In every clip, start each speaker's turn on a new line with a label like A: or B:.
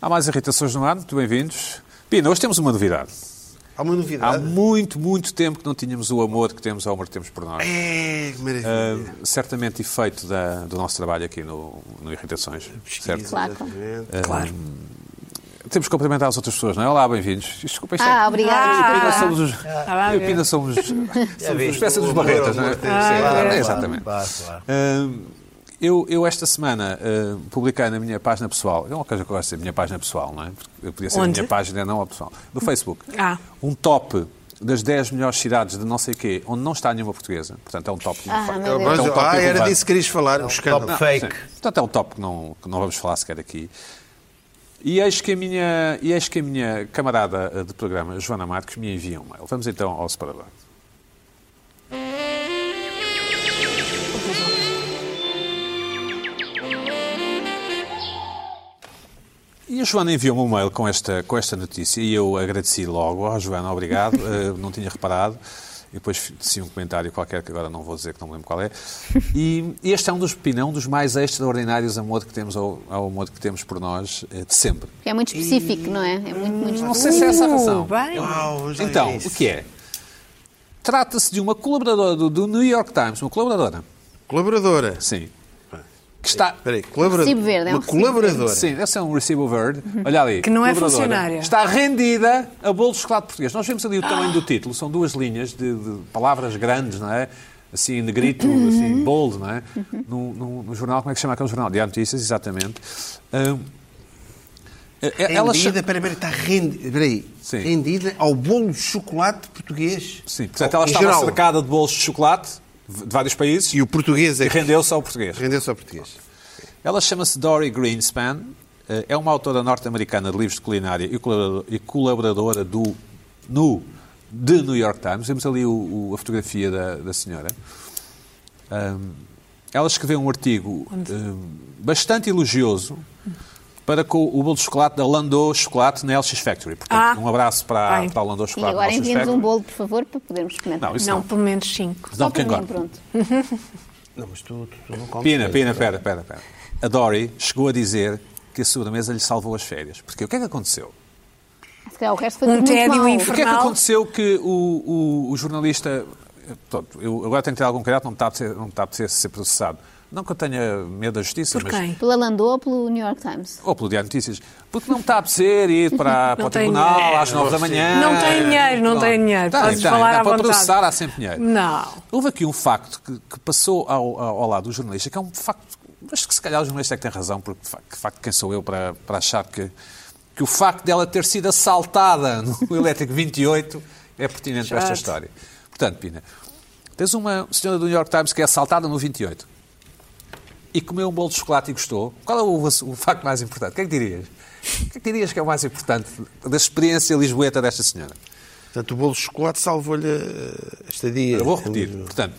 A: Há mais irritações no ar, muito bem-vindos. Pina, hoje temos uma novidade.
B: Há uma
A: Há
B: novidade.
A: muito, muito tempo que não tínhamos o amor que temos ao amor que temos por nós.
B: É, que maravilha.
A: Ah, certamente efeito da- do nosso trabalho aqui no, no Irritações. Certo? Ah,
B: Exatamente.
C: Claro.
A: Temos que cumprimentar as outras pessoas, não é? Olá, bem-vindos. Desculpa, isto é-
C: Ah, obrigada.
A: Eu e o Pina somos os.
D: lá,
A: eu e o Pina somos.
B: Já
A: somos uma
B: viste,
A: é espécie
B: o
A: dos
B: amor
A: barretas,
B: ao
A: não é?
B: amor tem
C: Ah,
A: Sim,
E: Ah,
B: que ser.
A: é,
B: Claro,
A: exatamente.
B: claro, claro.
A: Hum, eu, eu esta semana hum, publiquei na minha página pessoal, é uma coisa que eu gosto de dizer, minha página pessoal, não é? Porque eu podia ser a
D: Onde?
A: minha página, não a pessoal,
C: Hum.
A: no Facebook.
D: Ah.
A: Um top das 10 melhores cidades de não sei quê, onde não está nenhuma portuguesa. Portanto, é um top. que não
C: Ah,
A: faz-
C: meu
A: é um
C: Deus.
B: Mas,
A: top
B: ah, era
A: irrelevante.
B: disso que querias falar. Um escândalo.
A: Não, sim. Portanto, é um top que não, que não vamos falar sequer aqui. E eis que a minha, e eis que a minha camarada eh, de programa, Joana Marques, me envia um mail. Vamos então ao separador. E a Joana enviou-me um mail com esta, com esta notícia e eu agradeci logo. Ah, Joana, obrigado, eh, não tinha reparado. E depois desci um comentário qualquer, que agora não vou dizer, que não me lembro qual é. E este é um dos, Pina, um dos mais extraordinários amor que temos ao, ao amor que temos por nós eh, de sempre.
C: É muito específico, não é? É muito, muito específico.
A: Não sei se é essa a razão.
D: bem.
B: Uh, Uau, vamos lá ver
A: Então,
B: isso.
A: o que é? Trata-se de uma colaboradora do, do New York Times, uma colaboradora,
B: Colaboradora.
A: sim,
B: Ah.
A: que está...
B: Espera aí, colaboradora.
C: Recibo verde, é um
B: Uma
C: recibo
B: colaboradora.
A: Sim, deve ser um receiver verde. Olha ali.
D: Que não é
A: colaboradora.
D: funcionária.
A: Está rendida a bolo de chocolate português. Nós vemos ali o tamanho do título. São duas linhas de, de palavras grandes, não é? Assim, negrito, assim, bold, não é? No, no- no jornal, como é que se chama aquele jornal? De notícias, exatamente. Hum, eh, eh, ela cha-
B: É Rendida, peraí, peraí, está rendida. Peraí.
A: Sim.
B: Rendida ao bolo de chocolate português.
A: Sim, portanto, ela estava
B: geral.
A: cercada de bolos de chocolate de de vários países
B: E o português é
A: e
B: que
A: rendeu-se ao português.
B: rendeu-se ao português.
A: Ela chama-se Dory Greenspan, eh, é uma autora norte-americana de livros de culinária e colabora- e colaboradora do NU, de New York Times. Vemos ali o- o- a fotografia da, da senhora. Ahm, ela escreveu um artigo ahm, bastante elogioso para com o bolo de chocolate da Landau Chocolate na Elsie's Factory. Portanto,
D: Ah,
A: um abraço para,
D: bem.
A: para a Landau
C: E
A: Chocolate
C: agora
A: na Elsie's
C: enviamos
A: Factory.
C: um bolo, por favor, para podermos experimentar.
A: é Não, isso
D: Não,
A: não.
D: pelo menos cinco.
C: Só
A: Não, quem
C: para mim,
A: gosta.
C: pronto.
B: Não, mas tu, tu, tu não comes.
A: Pina,
B: coisas,
A: Pina,
B: não é?
A: pera, pera, pera. A Dory chegou a dizer que a sobremesa lhe salvou as férias. Porque o que é que aconteceu?
C: Se calhar o resto foi
D: Um
C: tudo muito
D: tédio
C: mal.
A: O
D: infernal.
A: que é que
D: Jornal.
A: aconteceu que o, o- o jornalista. Pronto, eu agora tenho que ter algum cuidado, não me está a apetecer, não me está a apetecer ser processado. Não que eu tenha medo da justiça,
D: Por
A: mas.
D: quem?
C: Pela Landau ou pelo New York Times?
A: Ou pelo Diário de Notícias. Porque não me está a apetecer ir para, para o
D: Não tem
A: tribunal
D: dinheiro.
A: às nove da manhã.
D: Não tem dinheiro, não tem dinheiro.
A: Tem,
D: Podes
A: tem,
D: falar
A: dá
D: à
A: para
D: vontade.
A: processar, há sempre dinheiro.
D: Não.
A: Houve aqui um facto que, que passou ao, ao ao lado do jornalista, que é um facto, mas que se calhar o jornalista é que tem razão, porque de facto, de facto, quem sou eu para, para achar que, que o facto dela ter sido assaltada no Elétrico 28 é pertinente para esta
D: Chato.
A: história. Portanto, Pina, tens uma senhora do New York Times que é assaltada no 28 e comeu um bolo de chocolate e gostou. Qual é o, o facto mais importante? O que é que dirias? O que é que dirias que é o mais importante da experiência lisboeta desta senhora?
B: Portanto, o bolo de chocolate salvou-lhe eh, a estadia.
A: Eu vou repetir. Portanto,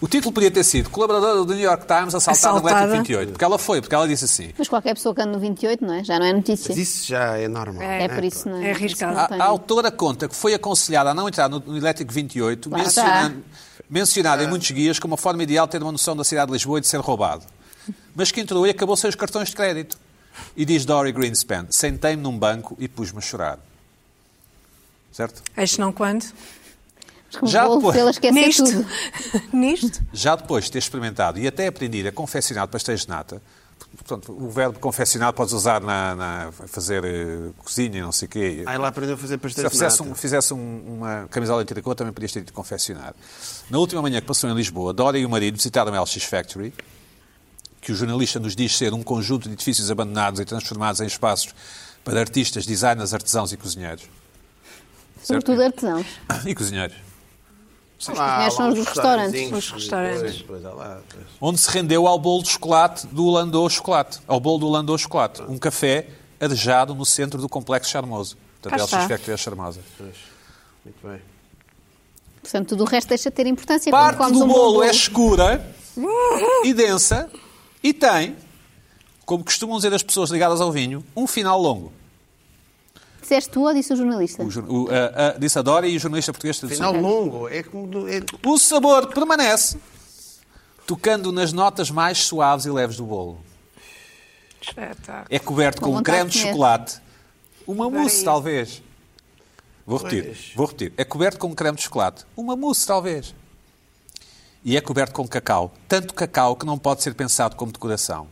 A: o título podia ter sido colaboradora do New York Times assaltada no
D: Assaltada.
A: Elétrico 28. Porque ela foi, porque ela disse assim.
C: Mas qualquer pessoa que anda no 28, não é? Já não é notícia.
B: Mas isso já é normal.
C: É por isso, não é?
D: É arriscado.
C: Isso não
A: A,
C: tem-
A: a autora conta que foi aconselhada a não entrar no, no Elétrico 28,
C: Lá está.
A: mencionando, mencionada em muitos guias como uma forma ideal de ter uma noção da cidade de Lisboa e de ser roubado. Mas que entrou e acabou seus cartões de crédito. E diz Dory Greenspan, sentei-me num banco e pus-me a chorar. Certo?
D: Eis não quando?
C: Mas com o
A: já
C: bolo,
A: depois.
C: se ela esquecer
D: Nisto.
C: tudo.
D: Nisto?
A: Já depois de ter experimentado e até aprendido a confeccionar pastéis de nata, portanto, o verbo confeccionar podes usar na, na- fazer eh, cozinha, não sei o quê.
B: Aí lá aprendeu a fazer
A: Se
B: Ah, pastéis
A: eu
B: de
A: fizesse,
B: nata.
A: um- fizesse um- uma camisola de tricô, também podias ter ido confeccionar. Na última manhã que passou em Lisboa, Dora e o marido visitaram a LX Factory, que o jornalista nos diz ser um conjunto de edifícios abandonados e transformados em espaços para artistas, designers, artesãos e cozinheiros.
C: Sobretudo artesãos.
A: E cozinheiros.
B: Há
A: um
B: lá
C: Mas são os
B: uns
C: dos restaurantes.
B: restaurantezinhos,
D: Os restaurantes.
B: depois, depois, há lá, depois.
A: onde se rendeu ao bolo de chocolate do Landau Chocolate, ao bolo do Landau Chocolate, um café arejado no centro do Complexo Charmoso.
D: Cá
A: Portanto,
D: está.
A: eles que é charmosa.
E: Então
B: Pois. Muito bem.
C: Portanto, tudo o resto deixa de ter importância. quando
A: Parte
C: comes
A: do
C: um bom
A: bolo é escura e densa e tem, como costumam dizer as pessoas ligadas ao vinho, um final longo.
C: Disseste tu ou disse o jornalista?
A: O jor- o- a- a- disse a Dora e o jornalista português disse
B: Final longo. É como. do- É...
A: O sabor permanece, tocando nas notas mais suaves e leves do bolo.
D: Espetáculo.
A: É coberto
C: Com
A: com um
C: vontade
A: creme de
C: de comer.
A: chocolate Uma
D: Agora
A: mousse,
D: é
A: talvez. Vou repetir,
B: Pois.
A: vou repetir. É coberto com creme de chocolate. Uma mousse, talvez. E é coberto com cacau. Tanto cacau que não pode ser pensado como decoração.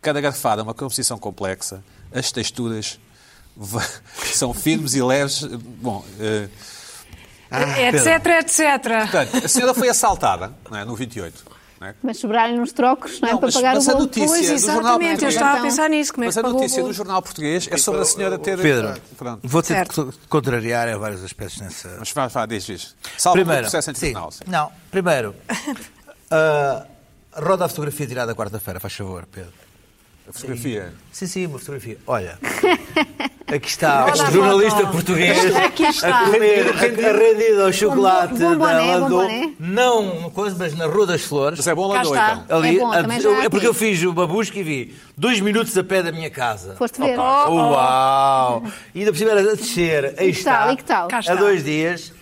A: Cada garfada é uma composição complexa. As texturas va- são firmes e leves. Bom, eh,
D: etc, etc.
A: Ah, portanto, a senhora foi assaltada não é, no 28. Não é?
C: Mas sobraram uns trocos, não é?
A: Não,
C: para
A: mas-
C: pagar
A: mas
C: o
A: a
C: bolo.
A: notícia é
D: Pois,
A: do jornal
D: exatamente, eu
A: português.
D: estava a
C: Então,
D: pensar nisso. Como é que
A: Mas a
D: pagou o
A: notícia
D: bolo?
A: do jornal português é sobre a senhora ter.
B: Pedro.
A: Pronto.
B: Vou ter
D: Certo.
B: de co- contrariar em vários aspectos nessa.
A: Mas vá, vá, diz, diz. Salvo o processo em
B: sim,
A: tribunal. sim.
B: não, primeiro, ah, roda a fotografia tirada quarta-feira, faz favor, Pedro.
A: A fotografia.
B: Sim, sim, uma fotografia. Olha, aqui está
D: Roda a
B: o
D: foto.
B: jornalista português
D: Aqui está.
B: a comer a rendido ao chocolate
C: bom boné,
B: da
C: bom
B: Landau.
C: boné.
B: Não, uma coisa, mas na Rua das Flores.
A: Mas é bom
D: Cá
A: Landau,
D: está.
A: então.
B: Ali,
C: É bom,
B: a-
C: também já
B: eu- é
C: há
B: porque
C: aqui.
B: eu fiz uma busca e vi dois minutos a pé da minha casa.
C: Foste ver.
B: Opa,
D: Oh,
B: Uau! E ainda por cima era a descer. Aí
C: Oh, E que tal,
B: está.
C: e que tal?
D: Cá
B: Há
D: está.
B: dois dias.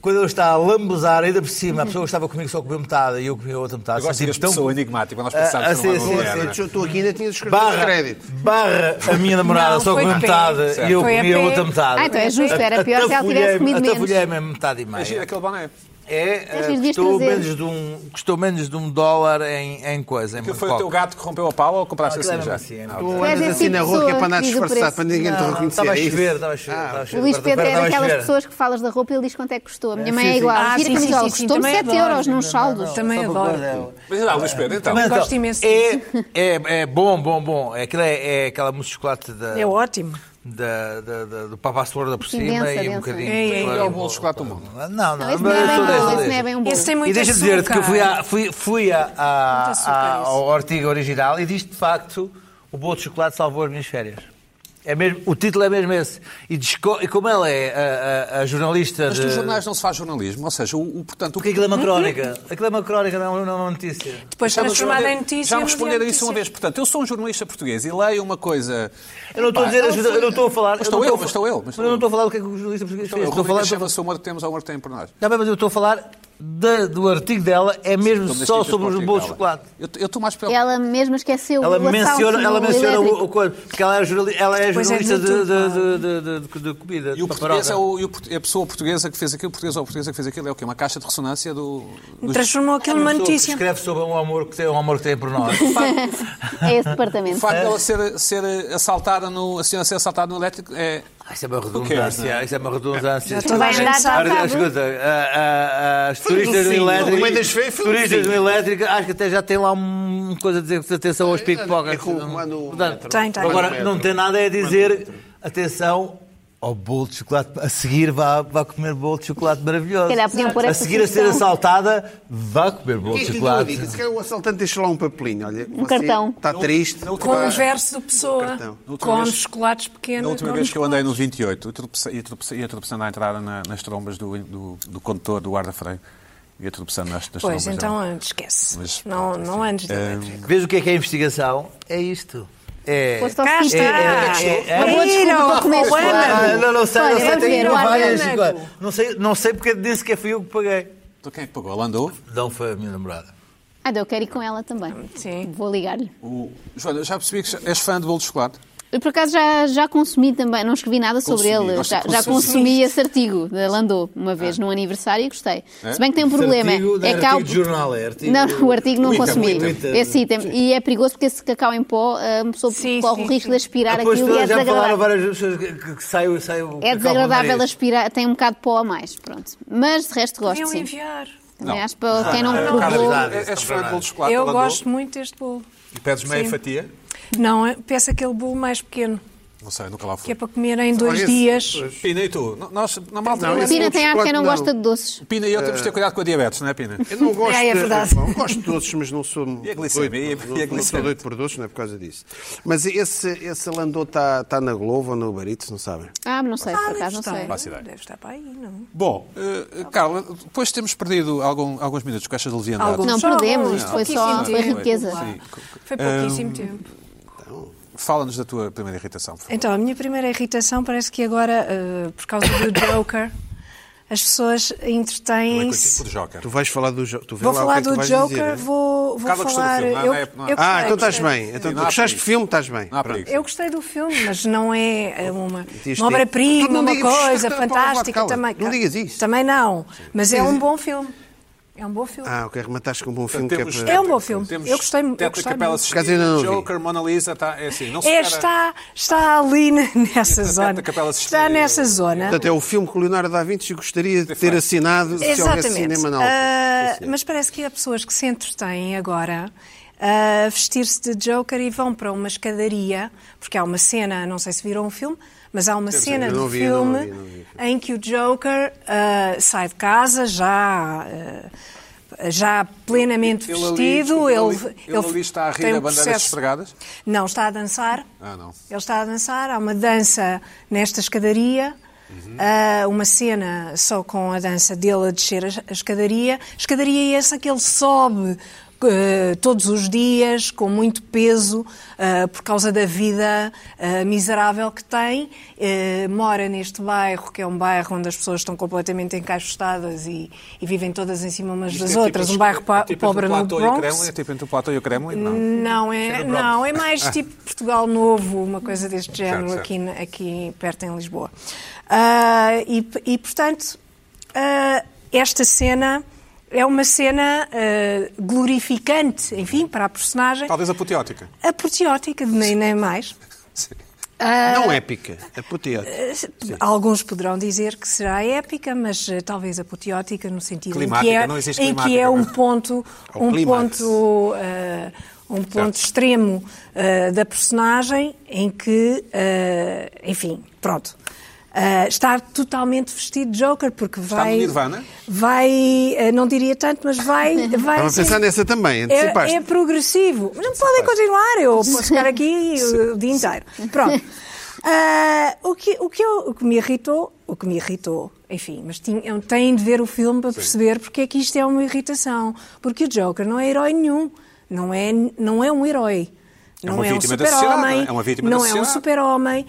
B: Quando eu estava a lambuzar, ainda por cima, a pessoa que estava comigo só comeu metade e eu comi a outra metade.
A: Eu gosto de
B: Senti-me
A: ver tão... pessoa enigmática. Nós pensamos
B: Ah, ah,
A: que não
B: sim,
A: é
B: sim,
A: uma mulher,
B: sim.
A: não é?
E: Eu estou aqui e ainda tinha descrição de
B: barra,
E: crédito.
B: barra a minha namorada
D: Não,
B: só
D: foi
B: com
D: a pé.
B: metade e eu
D: Foi a
B: comi a
D: pé.
B: outra metade.
C: Ah, então é justo, era pior se ela tivesse
B: Atafolhei-me-
C: comido menos.
B: Atafolhei-me a metade e
A: É giro
B: meia.
A: aquele boné.
C: giro
B: É, eh,
C: de as
B: custou
C: trazer.
B: menos, de um, custou menos de um dólar em, em coisa, em
A: Que foi o
B: Bangkok.
A: teu gato que rompeu a pala ou compraste
B: Aquilo é
A: assim já?
B: era macio, não.
A: Ah,
E: Tu
A: ok.
C: és
E: andas
C: esse
E: assim na
C: tipo
E: rua que é
C: de
E: para andar
C: pessoa que diz o
E: disfarçado,
C: preço.
E: para ninguém te
B: Não, não,
E: reconhecer.
B: Estava a
E: é isso?
B: chover, estava a chover.
E: Ah,
B: estava a
C: O
B: chover.
C: Luís Pedro
B: Agora
C: é
B: estava a
C: daquelas
B: chover.
C: pessoas que falas da roupa e ele diz quanto é que custou. A minha
B: É,
C: mãe
B: sim,
C: é
B: sim.
C: igual.
D: Ah,
C: Diz
D: sim,
C: a camisola,
D: sim, sim,
C: custou-me
D: também
C: 7
D: adoro.
C: euros nos saldos.
D: Também
B: Só uma
D: adoro.
B: coisa, é-
A: Mas lá, Luís Pedro, então.
B: Mas,
D: Gosto
B: então,
D: imenso
B: É, é, é bom, bom, bom. É, aquilo é, é aquela mousse de chocolate da,
D: É ótimo.
B: da, da, da, do Papa Sorda por cima
C: Densa,
B: e um
C: densa.
B: bocadinho.
D: É, é,
B: de
D: é.
A: É o bolo de chocolate do mundo.
B: Não, não,
C: Não, esse
B: mas
C: não é
B: eu
C: bem
B: sou
C: bom,
B: dessa,
C: esse não é
B: dessa.
C: bem um bom.
D: Esse tem muito
B: E deixa-me dizer-te que eu fui,
D: açúcar.
B: à, fui, fui à, à,
D: Muito açúcar,
B: à-
D: isso.
B: ao Ortiga Original e diz de facto o bolo de chocolate salvou as minhas férias. É mesmo, o título é mesmo esse. E, desco- e como ela é a, a- a jornalista
A: Mas
B: de...
A: nos jornais não se faz jornalismo, ou seja, o, o- portanto... O
B: Porque aquilo é uma crónica. Aquilo é uma crónica, não, não é uma notícia.
D: Depois
A: Já me
D: transformada em
A: responderam-
D: notícia.
A: Já me
D: mas é
A: responderam isso uma
D: notícia.
A: vez. Portanto, eu sou um jornalista português e leio uma coisa...
B: Eu não estou a dizer, ajuda, eu não estou a falar.
A: Mas estou
B: não
A: eu,
B: a-
A: mas estou eu, mas estou
B: eu não
A: eu.
B: estou a falar do que é que o jornalista português fez.
A: Eu
B: Estou a falar.
A: chama-se O Amor que Temos ao Amor que Tem por Nós.
B: Não, bem, mas eu estou a falar da- do artigo dela, é mesmo
A: Então,
B: só
A: neste
B: sobre os
A: artigo
B: bolos
A: dela.
B: de chocolate.
A: Eu eu estou mais preocupado.
C: Ela mesma esqueceu
B: Ela
C: o assalto
B: menciona, ela
C: no
B: menciona o,
C: elétrico.
B: o coisa, porque ela é jornalista, ela é
D: Pois é,
B: jornalista
D: de
B: de,
D: tudo.
B: de- de- de- de- de comida.
A: E o
B: de
A: português
B: paparoca.
A: é, o, e o portu- é a pessoa portuguesa que fez aquilo, o português ou a portuguesa que fez aquilo, é o quê? Uma caixa de ressonância do... dos-
D: Transformou
B: É
D: aquilo
B: uma
D: numa
B: pessoa que
D: notícia.
B: Escreve sobre um amor que tem, um amor que tem por nós.
C: É esse
A: O
C: departamento.
A: facto dela ser, ser assaltada no... A senhora ser assaltada no elétrico é...
B: Ah, Isso é uma
A: cares, não
B: redundância. Isso é uma redundância.
D: Já toda a
C: Vai
D: gente
C: andar
D: sabe.
C: já
B: Ah,
C: sabe.
B: escuta, ah, ah, ah, os turistas no
E: docinho,
B: elétrico.
E: no meio das feias foi
B: turistas no
E: docinho.
B: elétrico, acho que até já tem lá uma coisa a dizer que atenção aos pickpockets.
E: é que o mano-
B: Portanto,
D: Tem,
E: um
D: tem.
B: Agora, não tem nada a dizer, atenção. Ao bolo de chocolate, a seguir vá, vá comer bolo de chocolate maravilhoso.
C: Se calhar podiam pôr
B: a
C: essa
B: seguir a ser
C: sugestão.
B: assaltada, vá comer bolo
E: O que é que
B: de
E: lhe dou a
B: chocolate.
E: dica? Se calhar o assaltante deixa lá um papelinho, olha. Um
C: cartão.
E: Está triste.
A: Na última,
D: Com o verso do Pessoa. Com os chocolates pequenos.
A: na última
D: não
A: vez
D: nos
A: que eu andei no 28, eu tropecei- ia tropeçando, ia tropeçando à entrada na- nas trombas do, do, do condutor, do guarda-freio. Ia tropeçando nas, nas trombas.
D: Pois, então
A: dele.
D: antes, esquece.
A: Mas-
D: não, não antes de elétrico.
B: Veja o que é que é a investigação. É isto. É.
C: Foste ao
D: Cá
C: sítio.
D: está.
B: É, é, é.
C: Uma boa desculpa para comer
D: Olha,
B: Ah,
C: chocolate.
B: não, não sei,
C: Olha,
B: não sei,
C: vamos
B: tenho
C: ver,
B: ido
C: olha,
B: várias,
D: olha.
B: agora. não sei, não sei porque disse que fui eu que paguei.
A: Então quem é que pagou? Ela andou?
B: Não foi a minha namorada.
C: Ah, eu quero ir com ela também.
D: Sim.
C: Vou ligar-lhe.
A: O... Joana, eu já percebi que és fã de bolo de chocolate.
C: Eu, por acaso, já, já consumi também, não escrevi nada sobre
A: Consumi,
C: ele.
A: gosta
C: Já,
A: de
C: já
A: consumir. Ah.
C: consumi esse artigo da Landau uma vez, num aniversário, e gostei.
A: É?
C: Se bem que tem um problema.
B: artigo não é
C: é cá o-
B: artigo de jornal, é artigo-
C: Não, o artigo não
A: O item,
C: consumi.
A: o
B: item.
C: Esse item. E é perigoso porque esse cacau em pó, a pessoa
D: Sim,
C: corre
D: sim,
C: o risco
D: sim.
C: de aspirar
B: Depois
C: aquilo e é
B: todas já falaram
C: desagradável.
B: várias pessoas que, que, que saiu, saiu
C: É desagradável aspirar, tem um bocado de pó a mais, pronto. Mas de resto gosto,
D: Podiam
C: sim.
D: enviar.
C: Também
A: Não. Ah,
C: acho para quem não
B: não, não,
C: provou.
B: não.
A: É- És fã de bolo de chocolate?
D: Eu
A: ela andou?
D: gosto muito deste bolo.
A: E pedes meia
D: Sim.
A: fatia?
D: Não, eu peço aquele bolo mais pequeno,
A: Não sei, nunca lá fui.
D: que é para comer em dois
E: esse-
D: dias.
A: Pina, e tu? N- Nós, na malta,
E: Não,
C: A
E: esse-
C: Pina tem ar de quem não
E: Não.
C: gosta de doces.
A: Pina e eu temos de ter cuidado com a diabetes, não é, Pina?
E: Eu não gosto
D: É, é verdade.
E: de, bom, gosto de doces, mas não sou
A: E a glicemia? E a-
E: doido, por-
A: e a
E: não sou
A: glicemia?
E: doido por doces, não é por causa disso. Mas esse, esse Landau está está na Globo ou no Barito, não sabem?
C: Ah, não sei, por acaso, não sei.
A: Faço ideia.
D: deve estar para aí, não.
A: Bom, eh, Carla, depois de termos perdido algum- alguns minutos com estas leviandades.
D: Alguns.
C: Não
D: Só
C: perdemos,
D: alguns,
C: isto foi só
D: pouquíssimo
C: foi
D: tempo.
C: riqueza.
A: Sim.
D: Foi pouquíssimo tempo.
A: Fala-nos da tua primeira irritação, por favor.
D: Então, a minha primeira irritação parece que agora, eh, por causa do Joker, as pessoas
A: Não é
D: entretêm-se.
A: conhecido por Joker.
E: Tu vais falar do Joker. Tu vê
D: Vou
E: lá o
D: falar
E: que é que
D: do
E: tu vais
D: Joker,
E: dizer.
D: vou, vou
A: Carla gostou do
D: falar.
A: filme, não é?
D: eu,
A: Não é-
D: eu
A: não é-
D: gostei,
E: Ah, então estás
D: gostei.
E: bem.
A: Sim,
E: Então, tu
A: não há
E: gostaste de
A: perigo.
E: filme, estás bem.
A: Não há
E: Pronto.
A: perigo.
D: Eu gostei do filme, mas não é uma,
E: Diz-te-
D: uma
E: Tu
D: obra-prima,
E: não
D: uma
E: digas-
D: coisa
E: Cala,
D: fantástica
E: cala,
D: também.
E: não digas isso.
D: Também não, mas é um bom filme. É um bom filme.
E: Ah, ok, remataste com um bom filme. Que é
A: Temos-
E: para...
D: É um bom filme.
A: Temos
D: Eu gostei- eu
A: Tetra
D: gostei
A: Capela
D: muito.
A: Sistina,
E: Por acaso ainda não vi.
A: Joker, Mona Lisa, tá, é assim, não se
D: É,
A: supera.
D: está, está ali n- nessa
A: Tenta-
D: zona.
A: tenta Capela
D: Está
A: Sistina.
D: nessa zona.
E: Portanto, é o filme que o Leonardo da Vinci gostaria de ter assinado se houvesse
D: Exatamente.
E: cinema na
D: Ah,
E: altura. Sim, senhor.
D: mas parece que há pessoas que se entretêm agora a vestir-se de Joker e vão para uma escadaria, porque há uma cena, não sei se viram o filme, mas há uma cena
E: eu não
D: do
E: vi, eu não
D: filme
E: vi, eu não vi.
D: em que o Joker ah, sai de casa já. ah, já plenamente
A: Ele ali,
D: vestido,
A: desculpa,
D: ele,
A: ele- ele ali está a rir
D: tem
A: a
D: um
A: bandeiras
D: processo-
A: despregadas?
D: Não, está a dançar.
A: Ah, não.
D: Ele está a dançar, há uma dança nesta escadaria,
A: Uhum.
D: ah, uma cena só com a dança dele a descer a a escadaria. Escadaria é essa que ele sobe eh, todos os dias, com muito peso, ah, por causa da vida ah, miserável que tem. Eh, mora neste bairro, que é um bairro onde as pessoas estão completamente encaixotadas e, e vivem todas em cima umas
A: Isto
D: das
A: é
D: outras.
A: tipo-
D: um bairro
A: é
D: pa-
A: tipo entre
D: pobre
A: o
D: no
A: Platão e o
D: Bronx.
A: Kremlin? É tipo entre o Platão e o Kremlin? Não.
D: Não, é,
A: Era Bronx.
D: não, é mais tipo Portugal Novo, uma coisa deste género,
A: certo.
D: Aqui, na- aqui perto em Lisboa. Ah, e, e, portanto, ah, esta cena é uma cena ah, glorificante, enfim, para a personagem,
A: Talvez apoteótica.
D: apoteótica, nem, nem mais. Ah.
E: Não épica, apoteótica.
D: Alguns poderão dizer que será épica, mas eh, talvez apoteótica no sentido em que
A: Climática,
D: é,
A: não existe
D: em que
A: climática,
D: é um
A: não é?
D: ponto,
E: Ao
D: um
E: clímax.
D: ponto, eh, um ponto extremo eh, da personagem em que, eh, enfim, pronto. eh, está totalmente vestido de Joker porque vai
A: no Nirvana?
D: vai eh, não diria tanto mas vai
E: Estava a
D: vai
E: pensar
D: ser-
E: nessa também, antecipaste.
D: é, é progressivo. Não podem continuar, eu posso ficar aqui o, o dia inteiro. Pronto. Ah, o, que, o, que eu- o que me irritou, o que me irritou, enfim, mas tinham- têm de ver o filme para perceber porque é que isto é uma irritação. Porque o Joker não é herói nenhum, não é, não é um herói,
A: É
D: não
A: uma
D: é um
A: vítima da sociedade,
D: super-homem,
A: não é? É uma vítima da
D: não é um
A: sociedade.
D: super-homem,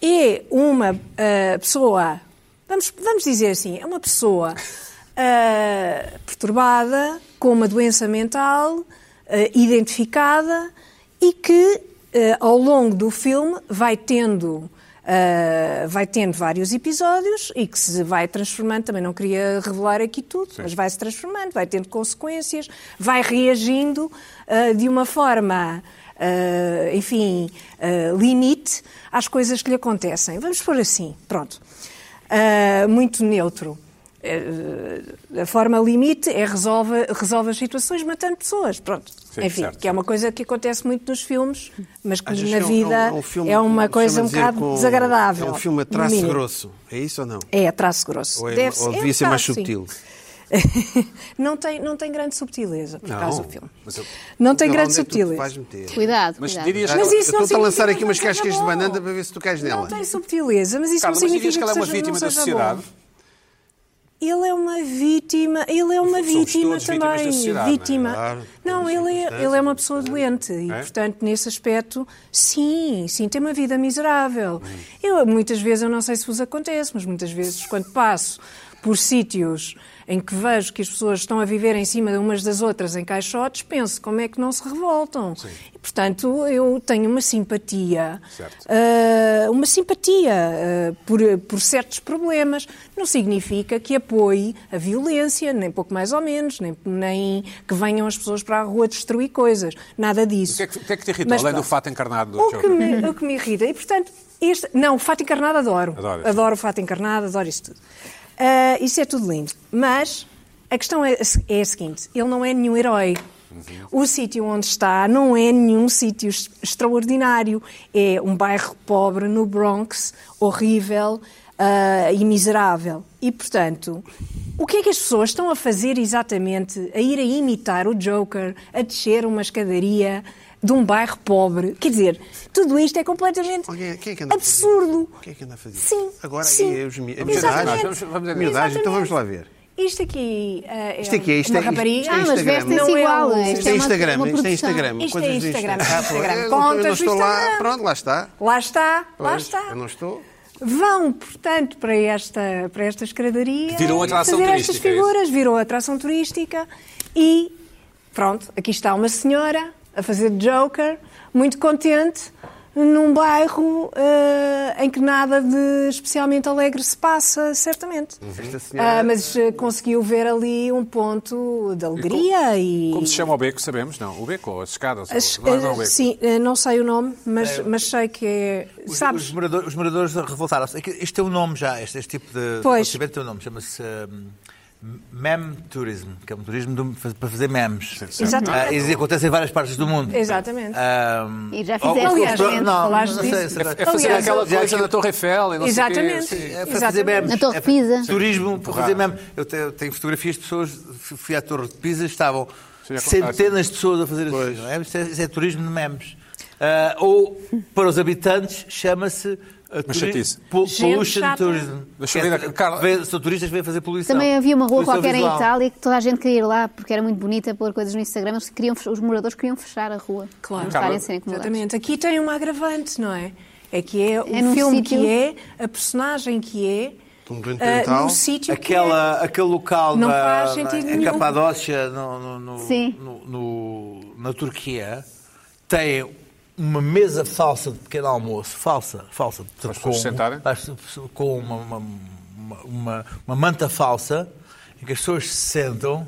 D: é uma ah, pessoa, vamos, vamos dizer assim, é uma pessoa ah, perturbada, com uma doença mental, ah, identificada e que ah, ao longo do filme vai tendo. ah, vai tendo vários episódios e que se vai transformando, também não queria revelar aqui tudo, mas vai se transformando, vai tendo consequências, vai reagindo ah, de uma forma ah, enfim, ah, limite às coisas que lhe acontecem. Vamos pôr assim, pronto. Ah, muito neutro. Eh, a forma limite é resolve, resolve as situações matando pessoas, pronto.
A: Sim,
D: Enfim,
A: certo,
D: que é uma coisa que acontece muito nos filmes, mas que
E: Às vezes
D: na
E: é um-
D: vida
E: é um filme,
D: é uma
E: como costuma
D: coisa um
E: dizer,
D: bocado
E: com-
D: desagradável.
E: É um filme a
D: no
E: traço
D: mínimo.
E: grosso, é isso ou não?
D: É, a traço grosso.
E: Ou, é-
D: Deve-
E: ou
D: é um
E: devia ser mais
D: bocado, sim.
E: subtil?
D: não, tem, não tem grande subtileza, por
E: Não,
D: acaso, o filme.
A: mas eu-
D: Não tem grande
E: Vais
D: subtileza.
E: meter.
C: Cuidado,
A: Mas
C: cuidado.
A: dirias,
D: Mas
A: Carla,
D: isso
E: eu
D: não
E: estou a lançar
D: significa
E: aqui
D: que
E: umas
D: não seja
E: cascas de
D: bom.
E: banana para ver se tu cais nela.
D: Não tem subtileza, mas isso
A: Carla,
D: não
A: mas dirias
D: significa
A: que ela é uma
D: seja- não
A: vítima da
D: seja bom.
A: sociedade?
D: Ele é uma vítima, ele é uma
A: Somos
D: vítima
A: todos vítimas da
D: também.
A: sociedade,
D: vítima.
E: não é? Claro,
D: não,
E: todas as
D: ele é,
E: circunstâncias,
D: ele é uma pessoa doente e,
A: É?
D: portanto, nesse aspecto, sim, sim, tem uma vida miserável. Eu, muitas vezes, eu não sei se vos acontece, mas muitas vezes, quando passo por sítios em que vejo que as pessoas estão a viver em cima de umas das outras em caixotes, penso como é que não se revoltam. E, portanto, eu tenho uma simpatia
A: Certo.
D: ah, uma simpatia ah, por, por certos problemas. Não significa que apoie a violência, nem pouco mais ou menos, nem, nem que venham as pessoas para a rua destruir coisas. Nada disso.
A: O que é que- o que é que te irritou,
D: Mas
A: além do
D: pronto.
A: fato encarnado do
D: o
A: Joker?
D: que, me, o que me irrita. E, portanto, este, não, o fato encarnado adoro.
A: Adoro, sim.
D: Adoro o fato encarnado, adoro isso tudo. Ah, isso é tudo lindo. Mas a questão é, é a seguinte: ele não é nenhum herói.
A: Uhum.
D: O sítio onde está não é nenhum sítio es- extraordinário. É um bairro pobre no Bronx, horrível ah, e miserável. E, portanto, o que é que as pessoas estão a fazer exatamente? A ir a imitar o Joker, a descer uma escadaria de um bairro pobre? Quer dizer, tudo isto é completamente
E: Alguém- quem é que anda a fazer isso?
D: absurdo.
E: Quem é que anda a fazer? isso?
D: Sim.
E: Agora
D: sim.
E: aí é os mi- a
A: Vamos
E: miudagem.
A: exatamente. Vamos- vamos
E: A
A: adiante.
E: miudagem, então vamos lá ver.
D: Isto aqui ah, é,
E: Isto aqui é- isto
D: uma
E: é- isto-
D: rapariga.
E: isto é
C: Ah, mas
E: Instagram.
C: vestem-se
D: Não é
C: igual.
D: um-
C: Isto
E: Isto
C: é
E: é
C: uma-
E: Instagram,
C: uma
E: isto é
C: produção.
E: Instagram.
D: Isto
E: Coisas
D: é
E: do
D: Instagram,
E: Ah,
D: Instagram.
E: pois, eu não
D: Contas do
E: estou lá.
D: Instagram.
E: Pronto, lá está.
D: Lá está, lá
E: Pois,
D: está.
E: Eu não estou.
D: Vão, portanto, para esta, para esta escadaria
A: Virou atração
D: fazer estas
A: turística, é
D: figuras, virou atração turística e pronto, aqui está uma senhora a fazer de Joker, muito contente, num bairro eh, em que nada de especialmente alegre se passa, certamente.
E: Esta senhora-
D: Ah, mas eh, conseguiu ver ali um ponto de alegria e.
A: Como se chama o beco, sabemos, não? O beco ou as escadas?
D: As-
A: ou... não, é- não é o
D: eh,
A: beco.
D: Sim, eh, não sei o nome, mas, mas sei que é.
B: Os,
D: sabes?
B: os moradores, os moradores revoltaram-se. É que Este tem um nome já, este, este tipo de
D: Pois.
B: estabelecimento tem um nome, chama-se hum, Mem Tourism, que é um turismo de- faz- para fazer memes.
D: Exatamente.
B: Ah, e acontece em várias partes do mundo.
D: Exatamente.
B: Ahm,
C: E já
B: ou-
C: fizeste,
B: ou-
D: aliás,
B: não, não,
D: falaste
B: não sei,
D: disso.
B: será-
A: É fazer
D: Aliás,
A: aquela
B: já- já-
A: coisa da Torre Eiffel e não
D: Exatamente.
A: sei o quê. sim.
B: É para fazer memes.
D: Na
C: Torre
B: É
C: de Pisa.
B: para- Turismo, para fazer memes. Eu te- eu tenho fotografias de pessoas, fui fui à Torre de Pisa, estavam
A: Sim, é
B: centenas de pessoas a fazer assim. não é? Isso é, isso é turismo de memes. Ah, ou, para os habitantes, chama-se ah, turi-
A: chatice.
B: pol-
D: Gente
B: Pollution
D: chata.
B: Tourism.
A: Deixa eu ver,
B: Que é-
A: Carla-
B: vê- São turistas que vêm fazer poluição.
C: Também havia uma rua
E: é
B: Poluição
C: qualquer em
B: visual.
C: Itália que toda a gente queria ir lá porque era muito bonita pôr coisas no Instagram. Eles queriam, os moradores queriam fechar a rua.
D: Claro.
C: Não estarem a
A: Carla,
C: serem incomodados.
D: Exatamente. Aqui tem um agravante, não é? É que é o
C: É num
D: filme
C: sítio-
D: que é, a personagem que é,
E: Um doente
D: ah,
E: mental.
D: num sítio que é.
B: Aquela, aquele local
D: Não
B: na,
D: faz sentido
B: na- em
D: nenhum.
B: Capadócia, no, no- no-
C: Sim.
B: no- no- na Turquia, tem uma mesa falsa de pequeno almoço, falsa, falsa,
A: Para as pessoas se sentarem?
B: para as- com uma, uma, uma- uma- uma manta falsa, em que as pessoas se sentam.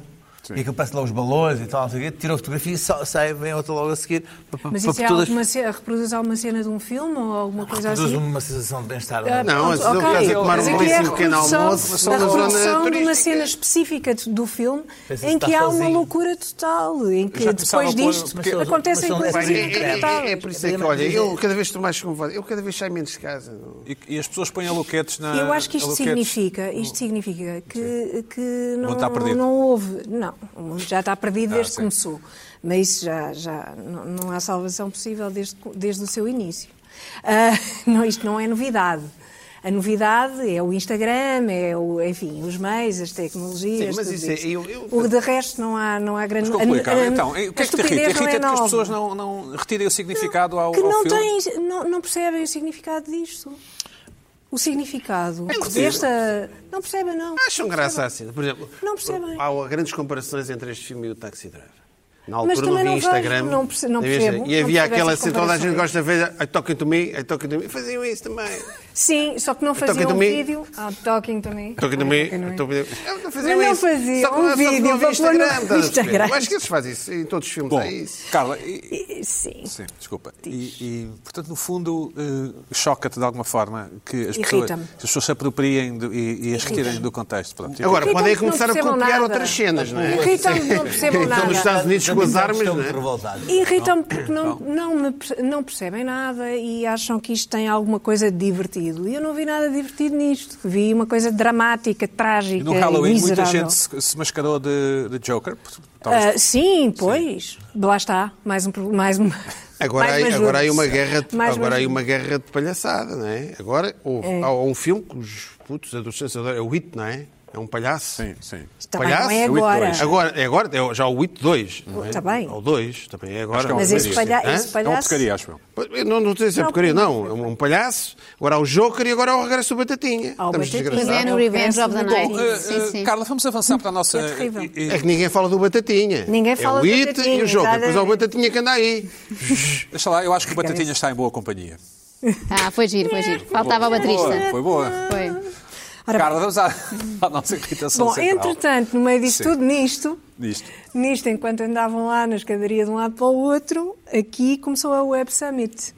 B: E que aparecem lá os balões e tal, não sei o quê, tiram a fotografia e sa- sai, vem outra logo a seguir. pa- pa-
D: Mas
B: pa-
D: isso é
B: todas-
D: alguma cena, reproduz alguma cena de um filme ou alguma coisa
B: produz
D: assim?
B: uma sensação de bem-estar. é?
E: Não,
D: Ah, pronto,
E: mas ele
D: ok.
E: estás a tomar
D: Mas
E: um
D: aqui é a
E: belíssimo pequeno
D: reprodução
E: almoço, mas só
D: da
E: na zona
D: reprodução de uma
E: turística.
D: cena específica de- do filme
B: Pensa-se
D: em
B: que
D: que
B: está
D: há uma
B: sozinho.
D: loucura total, em que
A: já começava
D: depois
A: a pôr-
D: disto
B: mas são-
D: acontecem
B: mas são
D: coisas
E: Mas é, é- é- é
D: inacreditáveis.
E: por isso é que, olha, eu cada vez estou mais convocado, eu cada vez saio menos de casa. não.
A: E, e as pessoas põem aluquetes na. Hum.
D: Eu acho que isto
A: aluquetes.
D: significa, isto significa que, que não,
A: está perdido. Ah,
D: não houve. Não, o mundo já está perdido desde que
A: sim.
D: começou. Mas isso já, já não, não há salvação possível desde, co- desde o seu início. Ah, não, isto não é novidade. A novidade é o Instagram, é o, enfim, os meios, as tecnologias.
E: Sim, mas
D: tudo
E: isso é- eu- eu-
D: O de resto não há, não há grande.
A: Mas complicado.
D: a- a-
A: Então, e o que
D: a
A: é que te irrita?
D: estupidez
A: Irrita
D: não é
A: que as
D: nova.
A: pessoas não, não retirem o significado ao,
D: que
A: ao
D: não,
A: filme.
D: têm- não, não percebem o significado disto. O significado
E: possível.
D: desta. Não percebem, não.
E: Acham graça assim. Por exemplo,
D: Não percebem.
E: há grandes comparações entre este filme e o Taxi Driver. Na
D: Mas
E: altura
D: também
E: não
D: não
E: havia
D: vejo,
E: Instagram.
D: não perce- não
E: havia
D: percebo,
E: Instagram.
D: não
E: E havia
D: percebo
E: aquela
D: essas
E: assim, toda a gente
D: comparações.
E: gosta de ver, I talking to me, I talking to me. Faziam isso também.
D: Sim, só que não
E: Talking
D: faziam
E: to
D: um
E: me.
D: vídeo. Ah, talking to me.
E: Talking to
D: Ah,
E: me,
D: talking to me.
E: I talking to me. Não faziam
D: Mas não
E: isso.
D: faziam
E: Só que não-
D: um
E: só que não
D: vídeo
E: havia
D: para pôr no
E: Instagram, estás a perceber?
D: Instagram.
E: Eu acho que eles fazem isso em todos os filmes.
A: Bom,
E: é isso.
A: Carla, e-
D: E- Sim.
A: Sim, desculpa. E, e, portanto, no fundo, eh, choca-te de alguma forma que as pessoas,
D: Irrita-me.
A: que as pessoas se apropriem do- e, e as retirem do contexto. Pronto.
E: Agora,
D: Irritam-me
E: podem
D: que não
E: começar a
D: percebam
E: copiar
D: nada.
E: outras cenas, não é? Então,
D: Irritam-me que não percebam
E: Estão nos Estados
D: nada.
E: Unidos com as armas,
B: Estão
E: não
B: muito
E: é?
B: revoltados.
D: Irritam-me porque não, não, me perce- não percebem nada e acham que isto tem alguma coisa de divertido. E eu não vi nada de divertido nisto. Vi uma coisa dramática, trágica,
A: E no Halloween, muita
D: miserável.
A: gente se, se mascarou de, de Joker. por- Tá talvez-
D: Ah, sim, pois. Lá está. Mais um. pro- Mais um
E: Agora,
D: mais
E: há,
D: umas
E: agora, há uma
D: luzes.
E: guerra de,
D: Mais
E: agora
D: umas
E: há uma
D: luzes.
E: guerra de palhaçada, não é? Agora houve, há um filme que os putos, adolescentes adoram, é o It, não é? É um palhaço.
A: Sim, sim.
D: Está bem, não é agora.
E: Agora, é agora, é já o It 2. não é?
D: Está bem.
E: Ou 2, também é agora.
A: Acho que é um
D: Mas esse,
A: Sim.
D: palha
E: Hã?
D: esse
A: É uma
D: palhaço.
A: porcaria, acho eu.
E: Eu Não, não estou a dizer
D: Não,
E: porcaria, não.
D: não.
E: É um palhaço. Agora há o Joker e agora há o regresso do Batatinha.
D: Há o
E: Estamos
D: Batatinha.
C: Pois é,
E: desgraçados.
C: no Revenge of the
D: Bom,
C: Night.
D: Sim,
A: Eh,
C: é sim,
A: eh,
C: sim.
A: Carla, vamos avançar para a nossa.
D: É terrível.
A: eh, eh,
E: É que ninguém fala do Batatinha.
D: Ninguém
E: é
D: fala
E: o
D: do
E: It e
D: Batatinha,
E: o Joker. Depois há o
D: exatamente.
E: Batatinha que anda aí.
A: deixa lá, eu
D: É
A: acho que o Batatinha está em boa companhia.
C: Ah, foi giro, foi giro. Faltava a
A: Boa,
C: baterista.
A: foi boa.
C: Foi.
E: eh,
D: Ora bem.
A: Carla, vamos à, à nossa irritação
D: Bom,
A: central.
D: entretanto, no meio disto
A: Sim.
D: tudo, nisto,
A: Disto.
D: nisto, enquanto andavam lá na escadaria de um lado para o outro, aqui começou a Web Summit.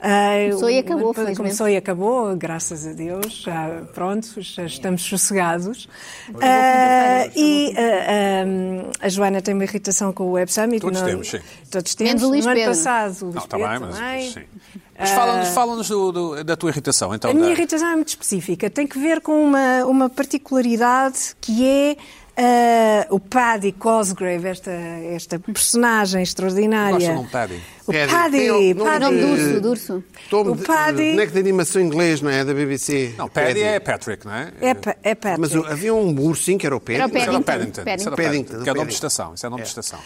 D: Ah,
C: Uhum. Começou e
D: o-
C: acabou, felizmente.
D: Começou e acabou, graças a Deus. Já, pronto, já estamos sossegados.
A: é
D: Ah, e ah, ah, a Joana tem uma irritação com o Web Summit.
A: Todos
D: não- é?
A: temos, sim.
D: Todos
C: Menos
D: temos.
C: o Luís
D: no ano
C: Pedro.
D: passado, o Luís
A: Não, está
D: Pedro
A: bem, mas.
D: também. Ah,
A: mas sim. Mas fala-nos fala do, do- da tua irritação, então.
D: A minha
A: da-
D: irritação é muito específica. Tem que ver com uma, uma particularidade que é ah, o Paddy Cosgrave, esta, esta personagem extraordinária.
A: Gosto de um Paddy.
D: O
E: É,
D: Paddy,
E: tem o- não- é.
C: O nome
D: Paddy.
C: do urso, do urso.
E: Tom
D: O
E: de,
D: Paddy-
E: Boneco de animação inglês, não é? Da BBC.
A: Não, Paddy é Patrick, não é?
D: É, pa- é Paddy.
E: Mas o- havia um ursinho que era o Paddy.
C: Era o
E: não
A: Isso era o
C: Paddington.
A: Paddington. Isso era o
E: Paddington,
A: Paddington, que é o nome de
E: Paddington.
A: estação. Isso é o nome de estação.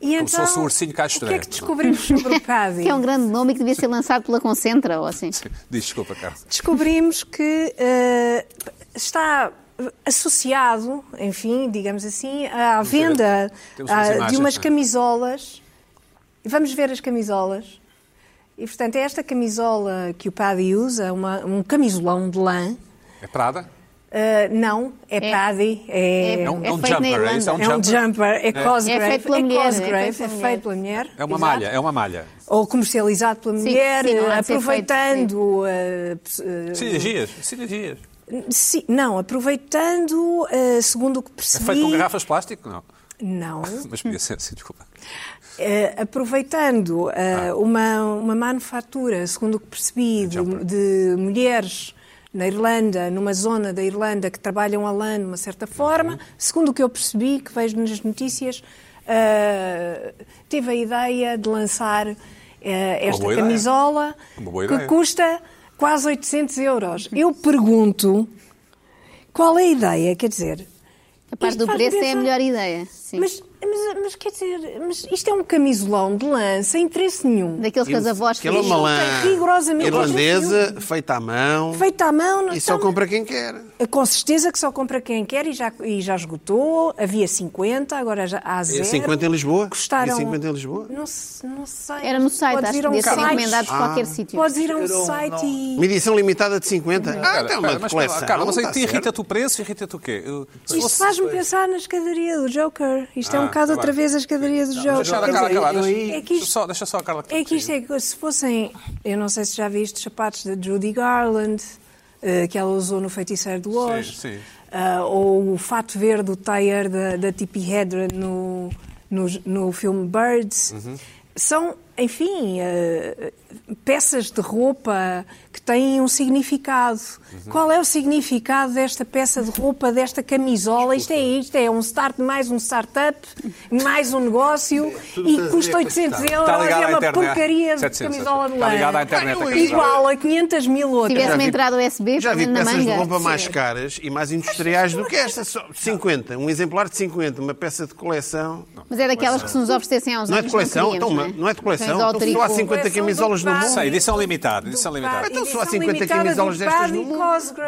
D: E
A: Como se
D: então,
A: fosse o ursinho
D: o
A: Castro.
D: que é que descobrimos sobre o Cádiz?
C: Que é um grande nome e que devia ser lançado pela Concentra, ou assim.
A: Diz, desculpa, Carlos.
D: descobrimos que eh, está associado, enfim, digamos assim, à venda
A: Temos umas
D: ah,
A: imagens,
D: de umas
A: não é?
D: camisolas. E Vamos ver as camisolas. E, portanto, é esta camisola que o Paddy usa, uma- um camisolão de lã.
A: É Prada?
D: Ah, não, é,
C: É.
D: Paddy. É,
A: É um,
C: É
A: é um
C: feito na
A: jumper, é isso? É um
D: é um
A: jumper?
D: jumper, é Cosgrave.
C: É feito pela mulher, é
D: Cosgrave,
C: feito pela
D: é
C: mulher.
D: feito pela mulher.
A: É uma
D: exato
A: malha, é uma malha.
D: ou comercializado pela
C: Sim,
D: mulher, eh,
C: sim, não há de ser
D: aproveitando. eh, pes- eh,
A: Sinergias, sinergias.
D: sim, não, aproveitando, eh, segundo o que
A: É
D: percebi.
A: feito com garrafas de plástico? Não.
D: Não.
A: Mas podia ser, sim, desculpa.
D: Eh, aproveitando eh,
A: Ah.
D: uma, uma manufatura, segundo o que percebi, de,
A: Jumper.
D: de mulheres na Irlanda, numa zona da Irlanda que trabalham a lã de uma certa forma,
A: Uhum.
D: segundo o que eu percebi, que vejo nas notícias, eh, teve a ideia de lançar eh, esta
A: boa ideia.
D: camisola
A: Uma boa
D: que
A: ideia.
D: custa quase 800 euros. Eu pergunto qual é a ideia, quer dizer...
C: A parte
D: isto
C: do
D: faz
C: preço é a
D: pensar-
C: melhor ideia. Sim.
D: mas, mas, mas quer dizer, mas isto é um camisolão de lã sem interesse nenhum.
C: Daqueles que as avós
E: Aquela é
C: faziam.
E: uma lã
D: tem rigorosamente
E: irlandesa,
D: nenhum.
E: feita à mão,
D: Feito à mão, não
E: e só
D: está-
E: compra quem quer.
D: com certeza que só compra quem quer e já, e já esgotou. Havia 50, agora já há zero.
E: 50 É, em Lisboa?
D: Custaram...
E: Havia 50 em Lisboa?
D: Não, se- não sei.
C: Era no site,
D: Podes
C: acho
D: ir
C: que
D: a um
C: podia ser
D: site.
C: encomendado de
E: Ah.
C: qualquer sítio.
D: Podes ir a um
B: Eu não-
D: site
B: não-
D: e...
E: Uma edição limitada de 50? Ah,
A: Espera,
E: então é
A: espera,
E: uma
A: mas espera lá,
E: coleção.
A: Carlos, mas
E: tá
A: aí
E: certo.
A: irrita-te o preço, irrita-te o quê? Eu- se
D: Isto
A: fosse-
D: fazem me pensar na escadaria do Joker. Isto é
A: Ah,
D: um bocado
A: tá
D: outra
A: bem.
D: vez a escadaria do Joker.
A: Deixa a Carla
D: Quer dizer,
A: acabar,
B: eu
A: deixa-
B: aí-
D: É que
A: deixa
D: isto-
A: só- Deixa só a Carla
D: É que isto é que se fossem, eu não sei se já viste sapatos da Judy Garland, eh, que ela usou no Feiticeiro do Oz,
A: sim.
D: ah, ou o fato verde, o tire da, da Tippi Hedren no, no, no filme Birds.
E: Uhum.
D: São, enfim, eh, peças de roupa que têm um significado.
E: Uhum.
D: Qual é o significado desta peça de roupa, desta camisola? Isto é isto, é um start, mais um startup, mais um negócio e
E: tudo
D: custa
E: tem a ver com
D: 800
E: start.
D: euros.
A: Está ligado
D: é
A: à
D: uma
A: internet.
D: porcaria de
A: 700,
D: camisola de
A: está
D: lã.
A: ligado à internet, a camisola.
D: Igual a 500 mil
C: Se
D: outras.
C: tivesse uma
E: vi-
C: entrada USB,
E: Já vi
C: fazendo na
E: peças de
C: manga.
E: roupa mais caras e mais industriais do que esta. Só 50, um exemplar de 50, uma peça de coleção.
C: Mas é daquelas que se nos oferecessem aos
E: Não é de
C: anos
E: coleção?
C: queríamos,
E: Então,
C: não é? tipo,
E: não é de coleção?
C: Mas ao
E: Então, se não há
C: tricô.
E: 50 camisolas no mundo.
A: Sei, edição limitada, edição limitada.
E: Então, só há 50 camisolas destas no mundo.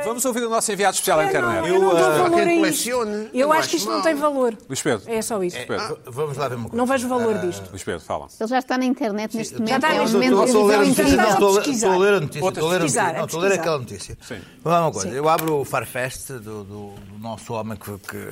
A: Vamos ouvir o nosso enviado especial à
D: Eu não,
A: internet.
D: eu não
E: Eu,
D: dou
E: ah,
D: valor
E: quem
D: a isto.
E: colecione, eu
D: Eu acho
E: acho
D: que isto não
E: mal.
D: tem valor.
A: Luís Pedro.
D: É só isto.
A: Luís Pedro,
B: Vamos lá ver uma coisa.
D: Não vejo valor disto.
A: Luís Pedro, fala.
C: Ele já está na internet neste momento.
D: está,
C: é um
D: mas
C: momento Então,
E: eu
C: de
E: estou a ler
C: visão
E: as
B: Estou
C: incrível.
B: a-
D: notícias.
B: estou a-
D: então pesquisar.
B: estou a ler a notícia. Estou a ler, a
D: Pesquisar,
B: notícia.
D: é
B: Não, estou a ler
D: pesquisar.
B: aquela notícia.
A: Sim.
B: Vou lá uma coisa.
D: Sim.
B: Eu abro o Farfest do, do- do nosso homem que, que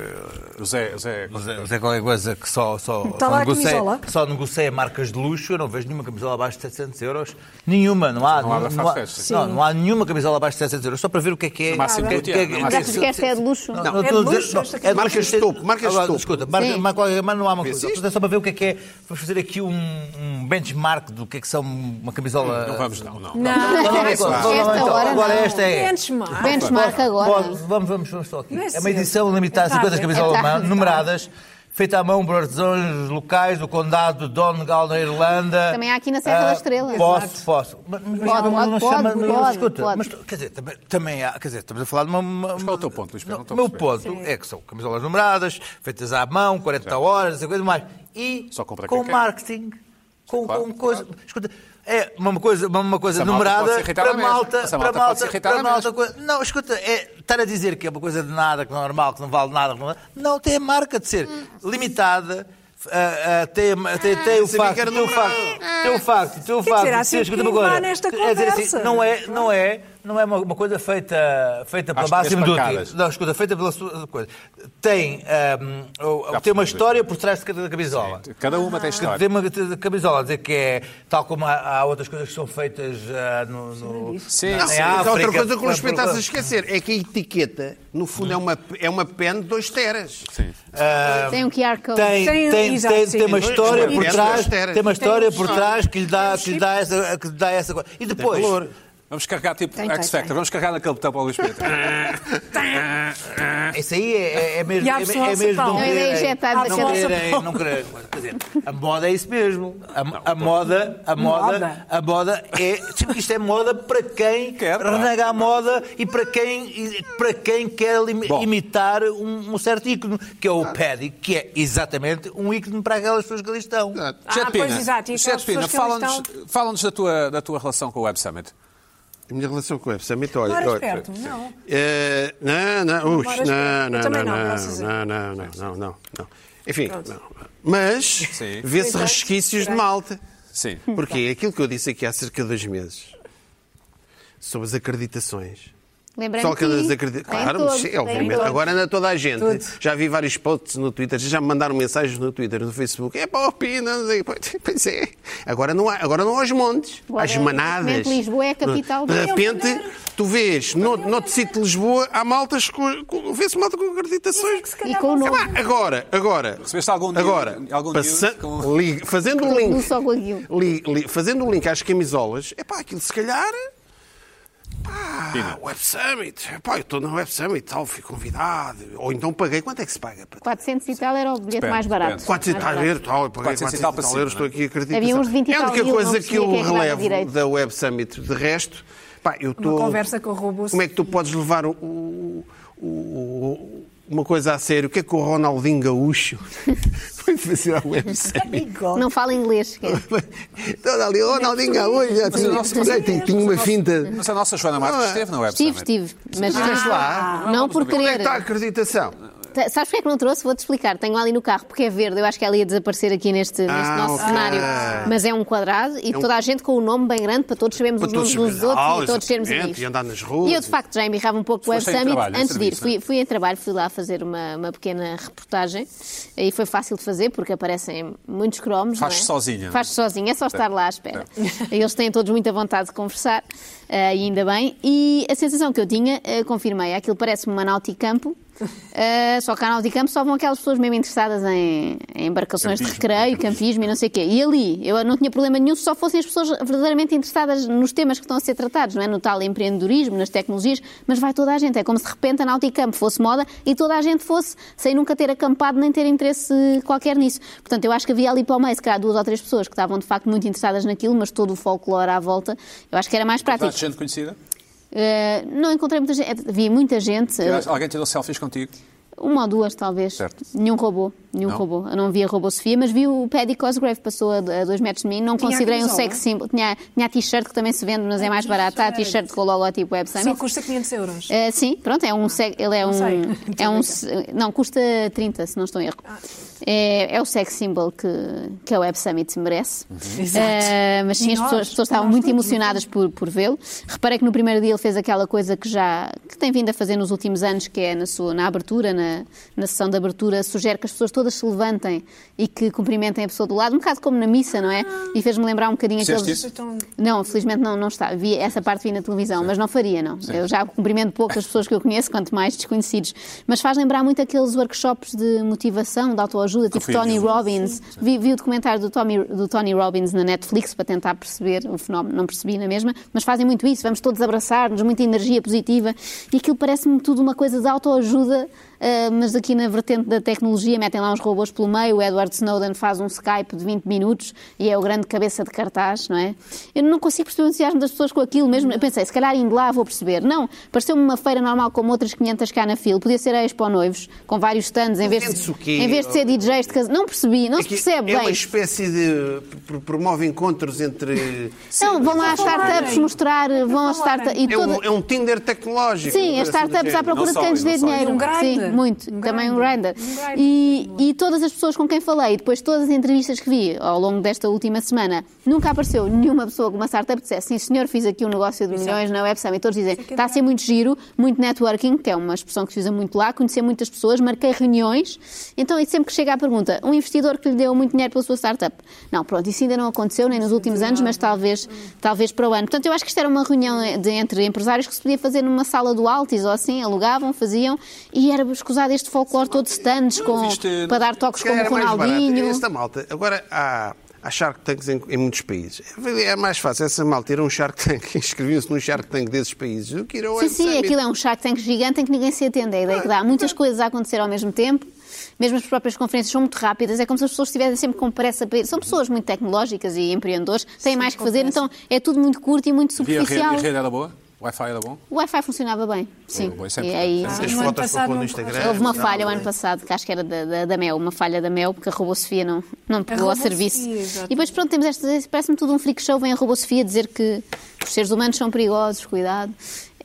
A: José, José,
B: Mas é, mas é qualquer coisa que só, só,
D: Tá
B: só,
D: lá a
B: negocia,
D: camisola.
B: só negocia marcas de luxo. Eu não vejo nenhuma camisola abaixo de 700 euros. Nenhuma. Não há,
A: Não há
B: não,
A: da
B: não há,
A: Farfetch, sim.
B: não, não há nenhuma camisola abaixo de 700 euros. Só para ver o que é que é.
A: No máximo
B: o que é-
A: Gucci,
B: o que é-
A: no
B: o que é-
A: máximo
C: Já que isto é de luxo.
B: Não,
D: é de
B: estou a
D: luxo,
B: não,
D: esta
B: é de
D: camisola.
B: marcas de topo.
E: Marcas de
B: Agora,
E: topo.
B: Escuta, marca-
C: Sim.
B: mas qualquer- mas não há uma coisa.
E: Existe.
B: É só para ver o que é que é. Vamos fazer aqui um, um benchmark do que é que são uma camisola.
A: Não vamos, não, não.
D: Não,
B: Não, não, não,
C: Esta
B: não, não, então,
C: hora
B: Agora
C: não.
B: esta é.
D: Benchmark.
C: Benchmark
B: Pode-
C: agora.
B: vamos, vamos, vamos só aqui.
D: Não é
B: É uma
D: cedo.
B: edição limitada,
D: É
B: 50
D: tarde.
B: camisolas
C: É
B: à mão,
C: tarde.
B: numeradas, feita à mão por artesãos locais do condado de Donegal, na Irlanda.
C: Também há aqui na Serra da
B: Ah,
C: Estrela.
B: Posso, posso. Mas, mas
C: Pode,
B: não, não
C: pode,
B: chama-
C: pode,
B: não
C: pode,
B: escuta,
C: pode.
B: mas tu- quer dizer, também, também há, quer dizer, estamos a falar de uma... uma
A: qual é o teu ponto, Luís Pedro? Não
B: Não,
A: estou
B: O
A: a
B: meu ponto
A: perceber.
B: é que são camisolas numeradas, feitas à mão, 40 horas, essa coisa mais. E
A: Só compra
B: com
A: quem quer.
B: marketing, com,
A: Claro,
B: com coisa... Escuta, é uma coisa, uma coisa
A: Essa malta pode se
B: numerada
A: irritar
B: para
A: na mesma.
B: malta,
A: Essa
B: para
A: malta pode se
B: malta,
A: irritar
B: para
A: na
B: malta coisa- Não, escuta, é estar a dizer que é uma coisa de nada, que não é normal, que não vale nada. que Não, vale- não, tem a marca de ser limitada. ah, ah, tem, a- tem, tem o
E: sabia
B: facto,
E: que era um.
B: tem o
E: numerado.
B: facto, tem o facto, tem o
D: Quer
B: facto.
D: dizer, há
B: de ser,
D: sempre
B: escuta uma
D: quem vá
B: coisa,
D: nesta
B: é dizer assim,
D: conversa.
B: não é, não é, não é uma, uma coisa feita, feita pela
A: Às
B: base
A: três
B: do
A: pancadas.
B: Não, escuta, feita pela sua coisa. Tem, ah, o-
A: Já
B: tem
A: percebi.
B: uma história por trás de cada camisola.
A: Cada uma
D: Ah.
A: tem
B: Que
A: história.
B: Tem uma camisola, dizer que é tal como há, há outras coisas que são feitas ah, no, no,
A: Sim,
B: na-
A: sim.
E: Mas
B: em
E: há outra
B: é África,
E: coisa que o
B: por-
E: Luís Pedro está-se a
B: por-
E: esquecer é que a etiqueta, no fundo, é uma, é uma pen de dois teras.
A: Sim.
C: Tem um QR Code.
D: Tem-
B: tem, tem, tem,
D: exato,
B: tem,
D: sim.
B: uma história
E: Tem
B: por
E: dois
B: trás,
E: teras.
B: tem uma história
D: Tem
B: por
D: um
B: trás que lhe dá, que lhe dá essa, que lhe dá essa coisa. E depois,
E: valor.
A: Vamos carregar tipo
D: Tem, tem,
A: X Factor,
D: tem.
A: vamos carregar naquele botão para o Luís Pedro.
B: Isso aí é, é- é mesmo.
D: E há
B: É,
D: pessoal
B: é
D: que se
B: mesmo não
D: fala.
C: Não,
B: quererem-
C: é injetado
B: não
C: na
B: quererem-
D: cabeça.
B: não quererem- Quer dizer, a moda é isso mesmo. A, a moda, a moda,
D: Moda.
B: a moda é. Tipo, isto é moda para quem
D: é,
A: Quer, claro.
B: renega a moda e para quem, e para quem quer lim-
A: Bom.
B: imitar um, um certo ícone, que é o Paddy, que é exatamente um ícone para aquelas pessoas que ali estão.
D: Ah,
A: José de Pina,
D: pois, exato, e
A: José de
D: aquelas
A: Pina,
D: pessoas que
A: fala-nos
D: ali
A: fala-nos da, tua, da tua relação com o Web Summit.
E: A minha relação com o Web Summit, olha.
D: Moras
E: olha
D: perto, não?
E: Eh, não, não, ux,
D: Moras perto.
E: não,
D: Eu
E: não,
D: também
E: não,
D: não,
E: não,
D: graças a
E: não, não, não, não, não, não. Enfim, não. mas
A: Sim.
E: vê-se
D: Então,
E: resquícios de
D: será?
E: malta.
A: Sim.
E: Porque é aquilo que eu disse aqui há cerca de dois meses sobre as acreditações.
C: Lembrei-me
E: Só
C: que
E: que das acredita... Claro, sim, obviamente. Agora anda toda a gente.
D: Tudo.
E: Já vi vários posts no Twitter, já me mandaram mensagens no Twitter, no Facebook. É pá, opina. não sei. Pois é. Agora não há, agora não há os montes,
C: Agora,
E: as manadas.
C: neste momento, Lisboa é a capital do
E: De
C: mundo.
E: repente, tu vês, no, noutro sítio de Lisboa, há maltas com. com vê-se malta com acreditações.
C: E com o
E: É pá,
C: nome.
E: agora, agora.
A: Recebeste algum news-
E: agora,
A: algum
E: passa-
A: news com-
E: li- fazendo o
C: Não
E: um link.
C: só com aquilo.
E: li- li- fazendo o link às camisolas, é pá, aquilo se calhar. Ah, Web Summit. Pá, eu estou na Web Summit, tal, fui convidado. Ou então paguei. Quanto é que se paga? para-
C: 400 e tal era o bilhete
A: Espera,
C: mais barato.
A: espera.
E: 400
C: Mais
E: tal
C: barato.
E: euros, tal, eu paguei
A: 400
E: 400
A: e
E: tal
A: tal para cima,
E: euros, estou aqui a acreditar.
C: Havia uns 20 e
E: É a
C: tal
E: única
C: mil, não
E: coisa
C: percebia
E: que eu
C: quem é que dava
E: relevo
C: direito.
E: da Web Summit. De resto, pá, eu estou...
D: conversa com o robô.
E: Como é que tu podes levar o- o- o- uma coisa a sério? O que é que o Ronaldinho Gaúcho foi fazer à Web Summit?
C: Não fala inglês. que é.
E: Toda ali, o Ronaldinho Gaúcho, já tinha-
A: nosso- mas
E: já tinha
C: é
E: tinha uma finta...
A: Mas a nossa Joana Marques esteve no Web
C: Estive,
A: Summit.
C: estive. Mas
E: Estiveste lá?
C: não por
E: Onde é que
C: querer.
E: está a acreditação?
C: Tá- Sabes porque é que não trouxe? Vou-te explicar. Tenho ali no carro, porque é verde. Eu acho que ela ia desaparecer aqui neste, neste
E: Ah,
C: nosso
E: ok.
C: cenário. Mas é um quadrado e toda a gente com o nome bem grande para todos sabermos
E: Para
C: os nomes
E: todos
C: uns dos
E: saberem.
C: outros
E: Ah,
C: e todos sermos
E: exatamente,
C: amigos.
E: e andar nas ruas
C: E eu,
E: e-
C: de facto, já embarrava um pouco o Web
A: Foste em
C: Summit
A: trabalho, em
C: antes de ir.
E: né?
A: serviço,
C: Fui, fui em trabalho, fui lá fazer uma, uma pequena reportagem e foi fácil de fazer porque aparecem muitos cromos.
A: Fazes
C: não é?
A: sozinha, É. não é?
C: Fazes sozinha, é só estar lá à espera. Eles têm todos muita vontade de conversar, eh, e ainda bem. E a sensação que eu tinha, eh, confirmei, aquilo parece-me uma nauticampo, eh, só que a nauticampo só vão aquelas pessoas mesmo interessadas em, em embarcações de recreio, campismo e não sei o quê. E ali, eu não tinha problema nenhum se só fossem as pessoas verdadeiramente interessadas nos temas que estão a ser tratados, não é? No tal empreendedorismo, nas tecnologias, mas vai toda a gente. É como se de repente a nauticampo fosse moda e toda a gente fosse, sem nunca ter acampado nem ter interesse qualquer nisso. Portanto, eu acho que havia ali para o meio, se calhar, duas ou três pessoas que estavam de facto muito interessadas naquilo, mas todo o folclore à volta, eu acho que era mais prático.
A: Tens gente conhecida?
C: Eh, não encontrei muita gente, vi muita gente, eh,
A: Tiveste- Alguém tirou selfies contigo?
C: uma ou duas talvez.
A: Certo.
C: Nenhum robô, nenhum
A: Não?
C: robô. Eu não vi a robô Sofia, mas vi o Paddy Cosgrave, passou a a dois metros de mim, não
D: Tinha a
C: considerei um
D: camisola?
C: sex symbol. Tinha, tinha a t-shirt que também se vende, mas é mais barata, a t-shirt com o logotipo Web Summit.
D: Só custa 500 euros.
C: Uh, sim, pronto, é um seg- ele é
D: Não sei. Ah.
C: um, é um se- não custa 30, se não estou em erro. É, é o sex symbol que que a Web Summit merece.
A: Uhum.
D: Exato.
C: Uh, mas sim,
D: E
C: as
D: nós,
C: pessoas, as pessoas estavam
D: nós
C: muito
D: todos,
C: emocionadas por, por vê-lo. Reparei que no primeiro dia ele fez aquela coisa que já que tem vindo a fazer nos últimos anos, que é na sua na abertura, na, na sessão de abertura, sugere que as pessoas todas se levantem e que cumprimentem a pessoa do lado, um bocado como na missa, não é? E fez-me lembrar um bocadinho
A: Fizeste
C: aqueles
A: isso?
D: Então-
C: não, felizmente não, não está. Vi essa parte vi na televisão, mas não faria, não. Eu já cumprimento poucas pessoas que eu conheço, quanto mais desconhecidos. Mas faz lembrar muito aqueles workshops de motivação, de autoajuda, tipo
A: fui a
C: Tony
A: nenhum.
C: Robbins. Vi, vi o documentário do, Tommy, do Tony Robbins na Netflix para tentar perceber o fenómeno, não percebi na mesma, mas fazem muito isso. Vamos todos abraçar-nos, muita energia positiva. E aquilo parece-me tudo uma coisa de autoajuda. ah, mas aqui na vertente da tecnologia metem lá uns robôs pelo meio, o Edward Snowden faz um Skype de 20 minutos e é o grande cabeça de cartaz, não é? Eu não consigo perceber o entusiasmo das pessoas com aquilo mesmo. Eu pensei, se calhar indo lá vou perceber. Não, pareceu-me uma feira normal como outras 500 cá na fila. Podia ser a Expo Noivos, com vários stands, em vez
E: Vende-se
C: de,
E: o quê?
C: em vez de ser DJs de casa. Não percebi, não se
E: Aqui
C: percebe
E: é
C: bem.
E: uma espécie de. pr- promove encontros entre.
C: Não, Então, vão lá às
D: falarem.
C: startups
D: É
C: mostrar, vão às
D: falarem.
C: startups. E
E: É um,
C: toda...
E: é um Tinder tecnológico.
C: Sim,
E: uma
C: as
E: coisa assim do
C: startups à
A: Não
E: género.
C: procura de
A: só
C: quem lhes
A: isso,
C: dê
A: não só
C: dinheiro.
D: isso. Um
C: Sim,
D: grinder.
C: muito.
D: Um
C: Também um grinder.
D: grinder. Um grinder.
C: E, e todas as pessoas com quem falei, e depois todas as entrevistas que vi ao longo desta última semana, nunca apareceu nenhuma pessoa com uma startup que dissesse sim senhor, fiz aqui um negócio de milhões na Web Summit. Todos dizem, está a ser muito giro, muito networking, que é uma expressão que se usa muito lá, conhecer muitas pessoas, marquei reuniões. Então, e sempre que chega à pergunta, um investidor que lhe deu muito dinheiro pela sua startup. Não, pronto, isso ainda não aconteceu, nem nos últimos anos, mas talvez, talvez para o ano. Portanto, eu acho que isto era uma reunião de- entre empresários que se podia fazer numa sala do Altis ou assim, alugavam, faziam, e era escusado este folclore todo de stands com,
A: existe-
C: para dar toques
E: Se calhar
C: como
E: era mais barato.
C: Ronaldinho.
E: Esta malta. Agora há, Há Shark Tanks em, em muitos países. É mais fácil essa malta ir a um Shark Tank, inscreviam-se num Shark Tank desses países do que ir ao
C: Sim,
E: Web
C: sim,
E: Summit.
C: aquilo é um Shark Tank gigante em que ninguém se atende. A ideia é que dá muitas coisas a acontecer ao mesmo tempo, mesmo as próprias conferências são muito rápidas, é como se as pessoas estivessem sempre com pressa para ir. São pessoas muito tecnológicas e empreendedores, têm mais que fazer, então é tudo muito curto e muito
A: E a rede, e a
C: superficial.
A: rede era boa? O Wi-Fi era bom?
C: O Wi-Fi funcionava bem, sim.
A: bom, isso é
C: E
A: importante.
C: aí,
E: As
D: No ano
E: fotos
D: passado
E: que eu pôr no
D: não-
E: Instagram.
C: É, Houve uma
E: não,
C: falha o
E: não.
C: ano passado, que acho que era da, da, da Mel, uma falha da Mel, porque a Robô Sofia não, não pegou
D: Robô
C: a serviço.
D: Sofia, exato.
C: e depois, pronto, temos esta. Parece-me tudo um freak show. Vem a Robô Sofia dizer que os seres humanos são perigosos, cuidado.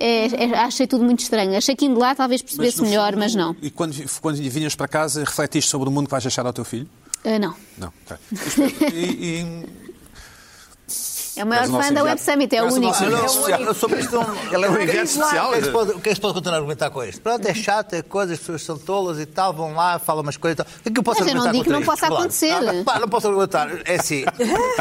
C: É, é- achei tudo muito estranho. Achei que indo lá talvez percebesse
A: no
C: melhor,
A: fundo,
C: mas não.
A: E quando, quando vinhas para casa, refletiste sobre o mundo que vais deixar ao teu filho?
C: Ah, não.
A: Não. ok. é- Espera, E, e-
C: É o maior
A: Mas o nosso
C: fã da
A: imediato-
C: Web Summit, é o
A: Mas o
C: único.
A: nosso
B: Não,
A: imediato-
B: não, eu sobre isto não.
E: Ela é um
B: um Não,
E: enviado
B: diz lá,
E: especial.
B: O que é que
C: né?
B: se pode- o que é que se pode continuar a argumentar com isto? Pronto, é chato, é coisa, as pessoas são tolas e tal, vão lá, falam umas coisas e tal. O que é que eu posso
C: Mas eu não digo
B: argumentar
C: que
B: contra
C: não
B: isto?
C: possa
B: Claro.
C: acontecer.
B: Ah, pá, não posso argumentar. É assim,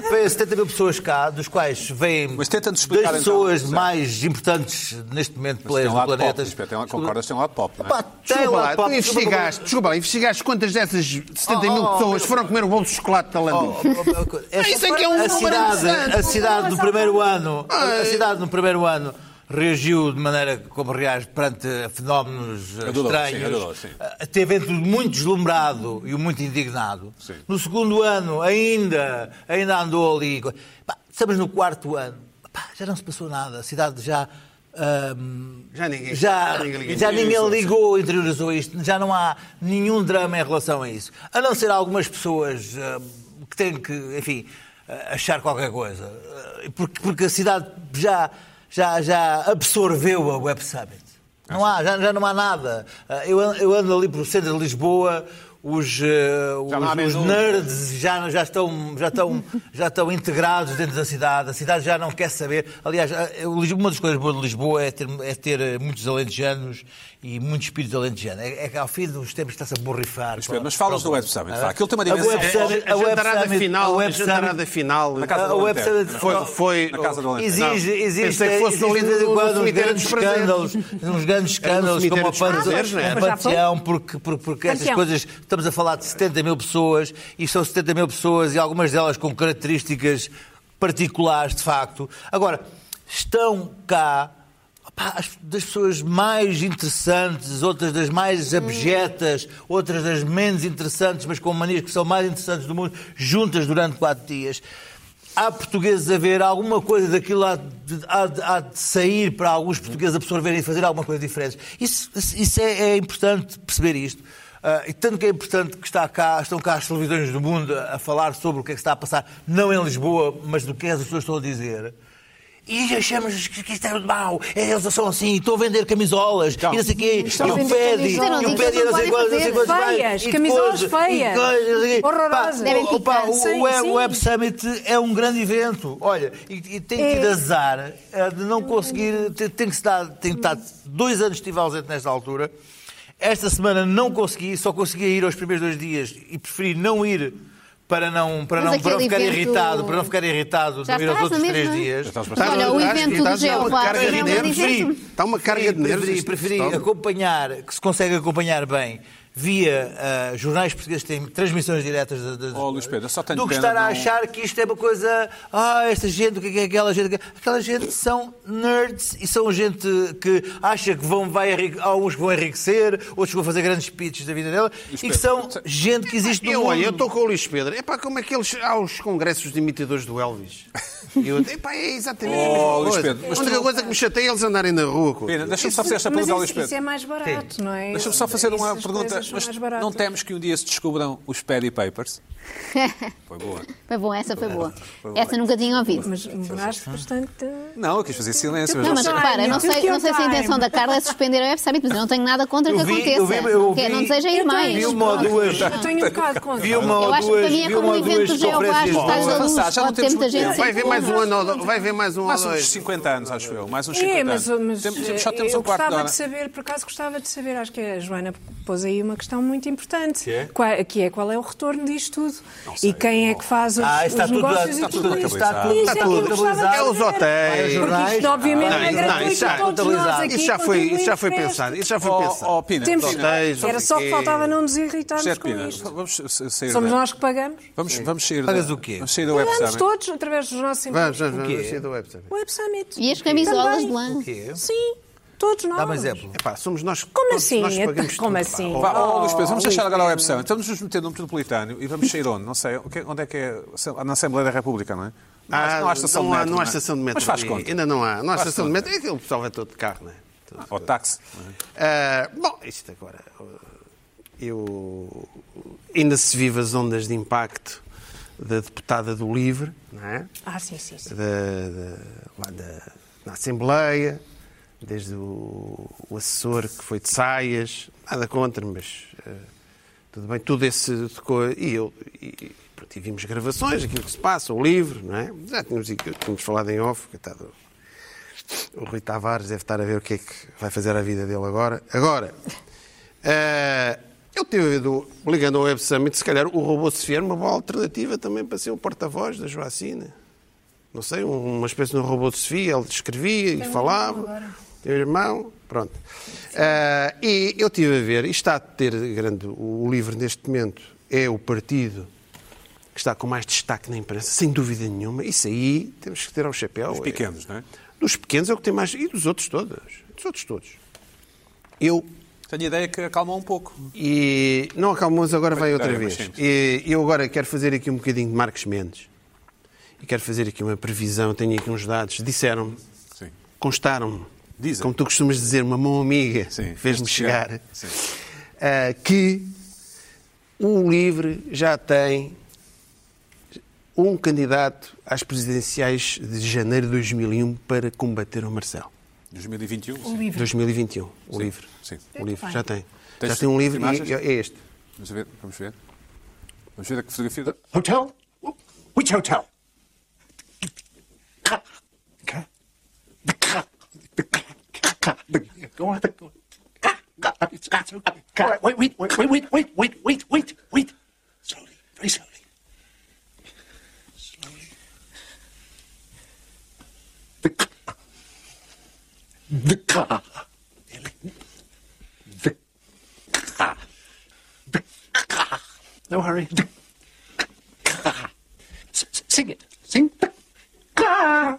B: vêm 70 mil pessoas cá, dos quais vêm
A: Mas tenta-nos explicar,
B: das
A: então.
B: pessoas
A: Certo.
B: mais importantes neste momento
A: Tem
B: players
A: um
B: do
A: lado pop.
B: planeta.
A: Espera, tem um- Concordas, tem um lado pop, não é?
B: Pá, tem
E: Desculpa
B: lá,
E: lá,
B: pá,
E: tu investigaste, desculpa lá, investigaste quantas dessas 70 mil
B: Oh, oh,
E: pessoas
B: meu-
E: foram comer o bolo de chocolate da Lândia.
B: é Essa
E: Isso é que é um
B: a
E: número
B: cidade,
E: interessante.
B: a cidade no primeiro ano, a
E: Ai.
B: cidade no primeiro ano reagiu de maneira como reage perante fenómenos eh,
A: É doloroso, sim, é
B: estranhos.
A: doloroso, sim.
B: Eh, Teve entre o muito deslumbrado e o muito indignado.
A: Sim.
B: No segundo ano ainda, ainda andou ali. Pá, estamos no quarto ano. Pá, já não se passou nada. A cidade já ahm,
E: Já ninguém-
B: já,
E: já ninguém-
B: já
E: ninguém
B: ninguém
E: ligou.
B: ligou, interiorizou isto, já não há nenhum drama em relação a isso. A não ser algumas pessoas ah, que têm que, enfim, ah, achar qualquer coisa. Ah, Porque, porque a cidade já, já, já absorveu a Web Summit. Não
A: Ah,
B: há, já, já não há nada. Ah, Eu, an- eu ando ali pelo centro de Lisboa, os, ah,
A: Já não há
B: os, os
A: menu.
B: nerds já, já, estão, já, estão, já estão integrados dentro da cidade, a cidade já não quer saber. Aliás, a- eu- uma das coisas boas de Lisboa é ter, é ter eh, muitos alentejanos e muitos espíritos alentejanos. É, é que ao fim dos tempos está-se a borrifar. Ah,
A: Espera, mas falas do Web Summit. vá, Aquilo tem uma
B: A
A: dimensão.
B: Web Summit-
E: A jantarada
B: Summit- a
E: final, a
B: Web
E: jantarada
B: Summit-
E: final.
A: Na casa
B: a
A: do
B: Web
A: Alentejo.
B: Summit-
E: Foi, foi.
A: Na casa do Alentejo.
B: Exige,
E: Não,
B: existe,
E: pensei que fosse no
B: existe
E: líder-
B: de vez em quando
E: no
B: uns
E: cemitério
B: grandes
E: dos prazeres.
B: escândalos, uns grandes escândalos
E: cemitério
B: como a
E: dos prazeres,
B: Panteão,
E: não é?
B: a
D: Mas já foi?
B: Panteão, porque, porque, porque estas
D: Panteão.
B: coisas, estamos a falar de 70 mil pessoas, e são 70 mil pessoas, e algumas delas com características particulares, de facto. Agora, estão cá opá, as- das pessoas mais interessantes, outras das mais abjetas, outras das menos interessantes, mas com manias que são mais interessantes do mundo, juntas durante quatro dias. Há portugueses a ver, alguma coisa daquilo há de, há de- há de sair para alguns portugueses absorverem e fazer alguma coisa diferente. Isso, isso é, é importante perceber isto. Ah, e tanto que é importante que está cá, estão cá as televisões do mundo a, a falar sobre o que é que está a passar, não em Lisboa, mas do que é que as pessoas estão a dizer. E achamos que que isto é mau, eles são assim, estão a vender camisolas,
D: Então,
B: e não sei o quê, e o
D: vender
B: PEDI,
D: camisolas.
B: e o PEDI, não sei quantos, não sei quantos mais,
D: Feias,
B: e
D: camisolas
B: coisas,
D: feias,
B: e coisas, não sei o quê. Pá,
D: horrorosas. Devem
B: o- pá, o-
D: picar,
B: o Web-
D: sim,
B: o Web
D: sim.
B: Summit é um grande evento. Olha, e, e tem
D: É.
B: tido azar eh, de não conseguir. Tem, tem que se dar, tem estado dois anos estive ausente nesta altura. Esta semana não consegui, só consegui ir aos primeiros dois dias e preferi não ir para não, para
C: Mas
B: não, para não
C: aquele
B: ficar
C: evento-
B: irritado, para não ficar irritado de
C: Já
B: não ir aos
C: estás
B: outros
C: na
B: três
C: mesma.
B: dias.
A: Já estás
E: Tá-
A: bastante-
C: Olha, o
E: tá-
C: evento
E: tá-
C: do
E: tá-
C: gelo,
E: uma
C: claro,
E: carga
C: é
E: de
C: um
B: tá,
E: nervos.
C: evento.
E: Está uma carga de nervos. Tá.
B: Preferi, preferi
E: Está-
B: acompanhar, que se consegue acompanhar bem via ah, jornais portugueses que têm transmissões diretas das- das-
A: Oh, Luís Pedro, só tenho
B: do que
A: pena,
B: estar a
A: não-
B: achar que isto é uma coisa. Ah, esta gente, o que é que é aquela gente? Aquela gente são nerds e são gente que acha que vão, vai, enrique- há uns que vão enriquecer, outros que vão fazer grandes pitches da vida dela e que
A: Pedro,
B: são gente que existe no
E: Eu,
B: mundo.
E: olha, eu estou com o Luís Pedro. Epá, como é que eles. Há os congressos de imitadores do Elvis. E Eu, epá, é exatamente a mesma
A: Oh, Luís
E: coisa.
A: Pedro, mas
E: a única
A: tu-
E: coisa que me chateia é eles andarem na rua. co-
A: Pena, deixa-me só fazer esta
D: Mas
A: pergunta ao Luís
B: um
D: isso, isso
A: Pedro.
D: é mais barato, não é?
A: Deixa-me só fazer uma
D: Essas
A: pergunta.
D: coisas são
A: Mas
D: mais é? baratas.
A: não temos que um dia se descubram os Paddy Papers? Foi boa.
C: Foi bom, essa foi boa. Essa nunca tinha ouvido.
D: Mas eu acho bastante.
A: Não, eu quis fazer silêncio.
C: Não, mas
D: time.
C: repara, não sei,
D: Take your
C: não sei se a
D: time.
C: intenção da Carla é suspender a Web Summit, mas eu não tenho nada contra
B: Eu
C: que
B: vi-
C: aconteça.
B: eu vi- eu
C: Não quer-
B: vi-
C: não deseja ir
D: Eu
C: mais.
D: tenho-
B: Vi uma ou duas.
D: Eu tenho um bocado contra.
B: Vi uma
C: Eu
B: ou
C: acho que para
B: duas.
C: mim é
B: vi
C: como
B: uma
C: um
B: ou duas
C: evento do Jeová,
B: conferências
C: os tais da
B: boas.
C: luz,
A: Avançar, já não
C: pode ter
A: temos
C: muita
A: muito
C: gente.
A: tempo.
E: Vai ver mais um ano, ou do- vai ver mais um
A: Mais
E: ou
A: uns
E: dois.
A: 50 anos, acho eu. Mais uns 50
D: É, mas,
A: anos.
D: mas
A: Temos- só temos
D: eu
A: um quarto de
D: gostava
A: hora.
D: de saber, por acaso gostava de saber, acho que a Joana pôs aí uma questão muito importante,
B: Que é?
D: Qua- que é qual é o retorno disto tudo e quem é que faz os,
B: Ah,
D: os
B: está tudo,
D: negócios
B: está
D: e
B: tudo,
D: tudo isto.
B: está tudo,
D: Isso
B: está
D: é que eu
B: tudo
D: gostava de
E: É
B: contabilizado.
E: os hotéis.
B: Vai,
D: Porque isto, obviamente, não
E: Não,
D: é gratuito
E: isso
D: para
E: já-
D: todos nós aqui.
E: Isso já foi, isso já foi
D: contribuímos
E: pensado.
D: para
E: Isso já foi
A: Oh,
E: pensado.
A: oh, Pina,
D: isto.
A: Pina,
E: Hotéis,
D: Temos, era só que
E: porque-
D: faltava não nos irritarmos
A: Sérgio
D: com
A: Pina,
D: isto.
A: vamos sa- sair
D: Somos
A: da-
D: nós que pagamos.
A: Vamos, vamos sair
B: Pagas
A: da,
B: o quê?
A: Vamos sair da Web
D: Pagamos
A: Summit.
D: todos através dos nossos impostos.
E: Vamos, vamos,
B: O quê?
E: vamos sair do Web Summit.
D: Web Summit.
C: E as camisolas
D: Também.
C: de lã.
B: O quê?
D: Sim, todos nós.
B: Dá-me um exemplo.
E: Epá, somos nós que-
D: Como
E: todos
D: assim?
E: Nós pagamos
D: Como
E: tudo, pá.
D: assim?
E: Oh,
A: Vá, ó,
D: Oh,
A: Luís Pedro, vamos
D: Luís
A: deixar agora a
D: Pedro.
A: Web Summit. Estamos nos meter no metropolitano e vamos sair onde? Não sei. O que- Onde é que é? Sei lá, Na Assembleia da República, não é? Não há-
E: Ah,
A: não há estação de
E: não há-
A: metro.
E: Não
A: é?
E: há estação de metro.
A: Mas faz
E: ali.
A: conta.
E: Ainda não há. Não há
A: Faz
E: estação de
A: conta.
E: metro. É que o pessoal vai todo de carro, não é?
A: Ou táxi. não é?
E: Ah, bom, isto agora. Eu. Ainda se vive as ondas de impacto da deputada do LIVRE, não é?
D: Ah, sim, sim. sim.
E: da, da- lá da- na Assembleia, desde o, o assessor que foi de saias, nada contra, mas eh, tudo bem, tudo esse de co- e eu e, e, pronto, e vimos gravações, aquilo que se passa, o livro, não é? Já tínhamos, dito- tínhamos falado em off, coitado. O Rui Tavares deve estar a ver o que é que vai fazer a vida dele agora. Agora, eh, eu tive do, ligando ao Web Summit, se calhar o robô Sofia era uma boa alternativa também para ser o porta-voz da Joacina não sei, um- uma espécie de um robô de Sofia, ele escrevia e falava. Teu irmão, pronto. Ah, e eu estive a ver, e está a ter grande. O livro neste momento é o partido que está com mais destaque na imprensa, sem dúvida nenhuma. Isso aí temos que ter ao chapéu.
A: Os
E: é-
A: pequenos, não é?
E: Dos pequenos é o que tem mais. E dos outros todos. Dos outros todos. Eu
A: Tenho a ideia que acalmou um pouco.
E: e não acalmou-se, agora vai outra
A: Vitória,
E: vez.
A: mas sim.
E: E eu agora quero fazer aqui um bocadinho de Marcos Mendes. E quero fazer aqui uma previsão, tenho aqui uns dados. Disseram-me,
A: Sim.
E: constaram-me,
A: Dizem.
E: como tu costumas dizer, uma mão amiga
A: Sim,
E: fez-me
A: fez-te
E: chegar,
A: chegar. Sim.
E: ah, que o LIVRE já tem um candidato às presidenciais de janeiro de 2001 para combater o Marcelo.
A: 2021. sim.
E: 2021, o LIVRE.
A: sim.
E: O LIVRE, já tem.
A: Tens
E: já tem um LIVRE
A: imagens?
E: e é este.
A: Vamos ver. Vamos ver. Vamos ver a que fotografia. dá.
F: Hotel? Which hotel? Go on. It's got okay. Wait, wait, wait, wait, wait, wait, wait, wait, wait, wait. Slowly, very slowly. Slowly. The car. The car. The car. The car. No hurry. The S- s- Sing it. Sing. Ka.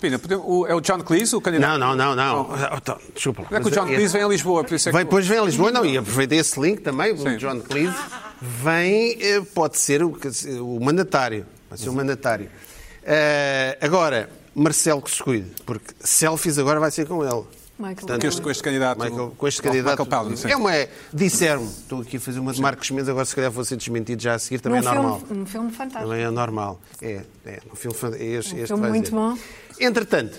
A: Pina, podemos- o- é o John Cleese, o candidato.
E: Não, não, não, não. Ah, então, Desculpa.
A: É
E: lá.
A: que o
E: Mas
A: John
E: é-
A: Cleese vem a Lisboa, por isso é que.
E: Vem, depois vem a Lisboa, não, e aproveitei esse link também, o
A: Sim.
E: John Cleese vem, eh, pode ser o, que- o mandatário, vai ser o mandatário. Eh, agora, Marcelo que se cuide, porque selfies agora vai ser com ele.
D: Michael
A: Com este- com este candidato.
E: Michael, com este
A: Michael
E: candidato.
A: Palin, sim.
E: é uma, disseram-me, estou aqui a fazer uma de Marcos Mendes, agora se calhar vou ser desmentido já a seguir, também
D: Num
E: é normal.
D: filme, um filme fantástico.
E: Também é normal. É, é. Um filme, fan- é este,
D: Um
E: este
D: filme
E: vai
D: muito
E: ser.
D: bom.
E: Entretanto,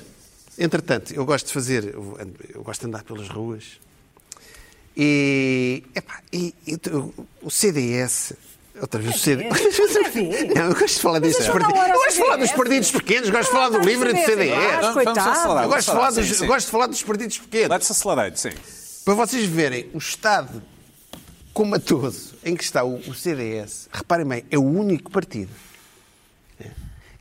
E: entretanto, eu gosto de fazer, eu ando- eu gosto de andar pelas ruas e, epá, e, e tu- o CDS. Outra vez o CDS.
D: é
E: Não, eu gosto de falar destes
D: eu vou
E: partidos.
D: dar
E: Eu
D: hora ao
E: gosto de falar dos
D: CDS.
E: partidos pequenos, gosto de falar
D: Ah,
E: do livro e do CDS.
A: Vamos- vamos
D: coitado.
A: acelerar,
E: Eu
A: vamos
E: gosto de
A: acelerar,
E: falar
A: tá, sim,
E: dos-
A: sim.
E: gosto de falar dos partidos pequenos.
A: Let's accelerate, sim.
E: Para vocês verem o estado comatoso em que está o, o CDS, reparem bem, é o único partido né,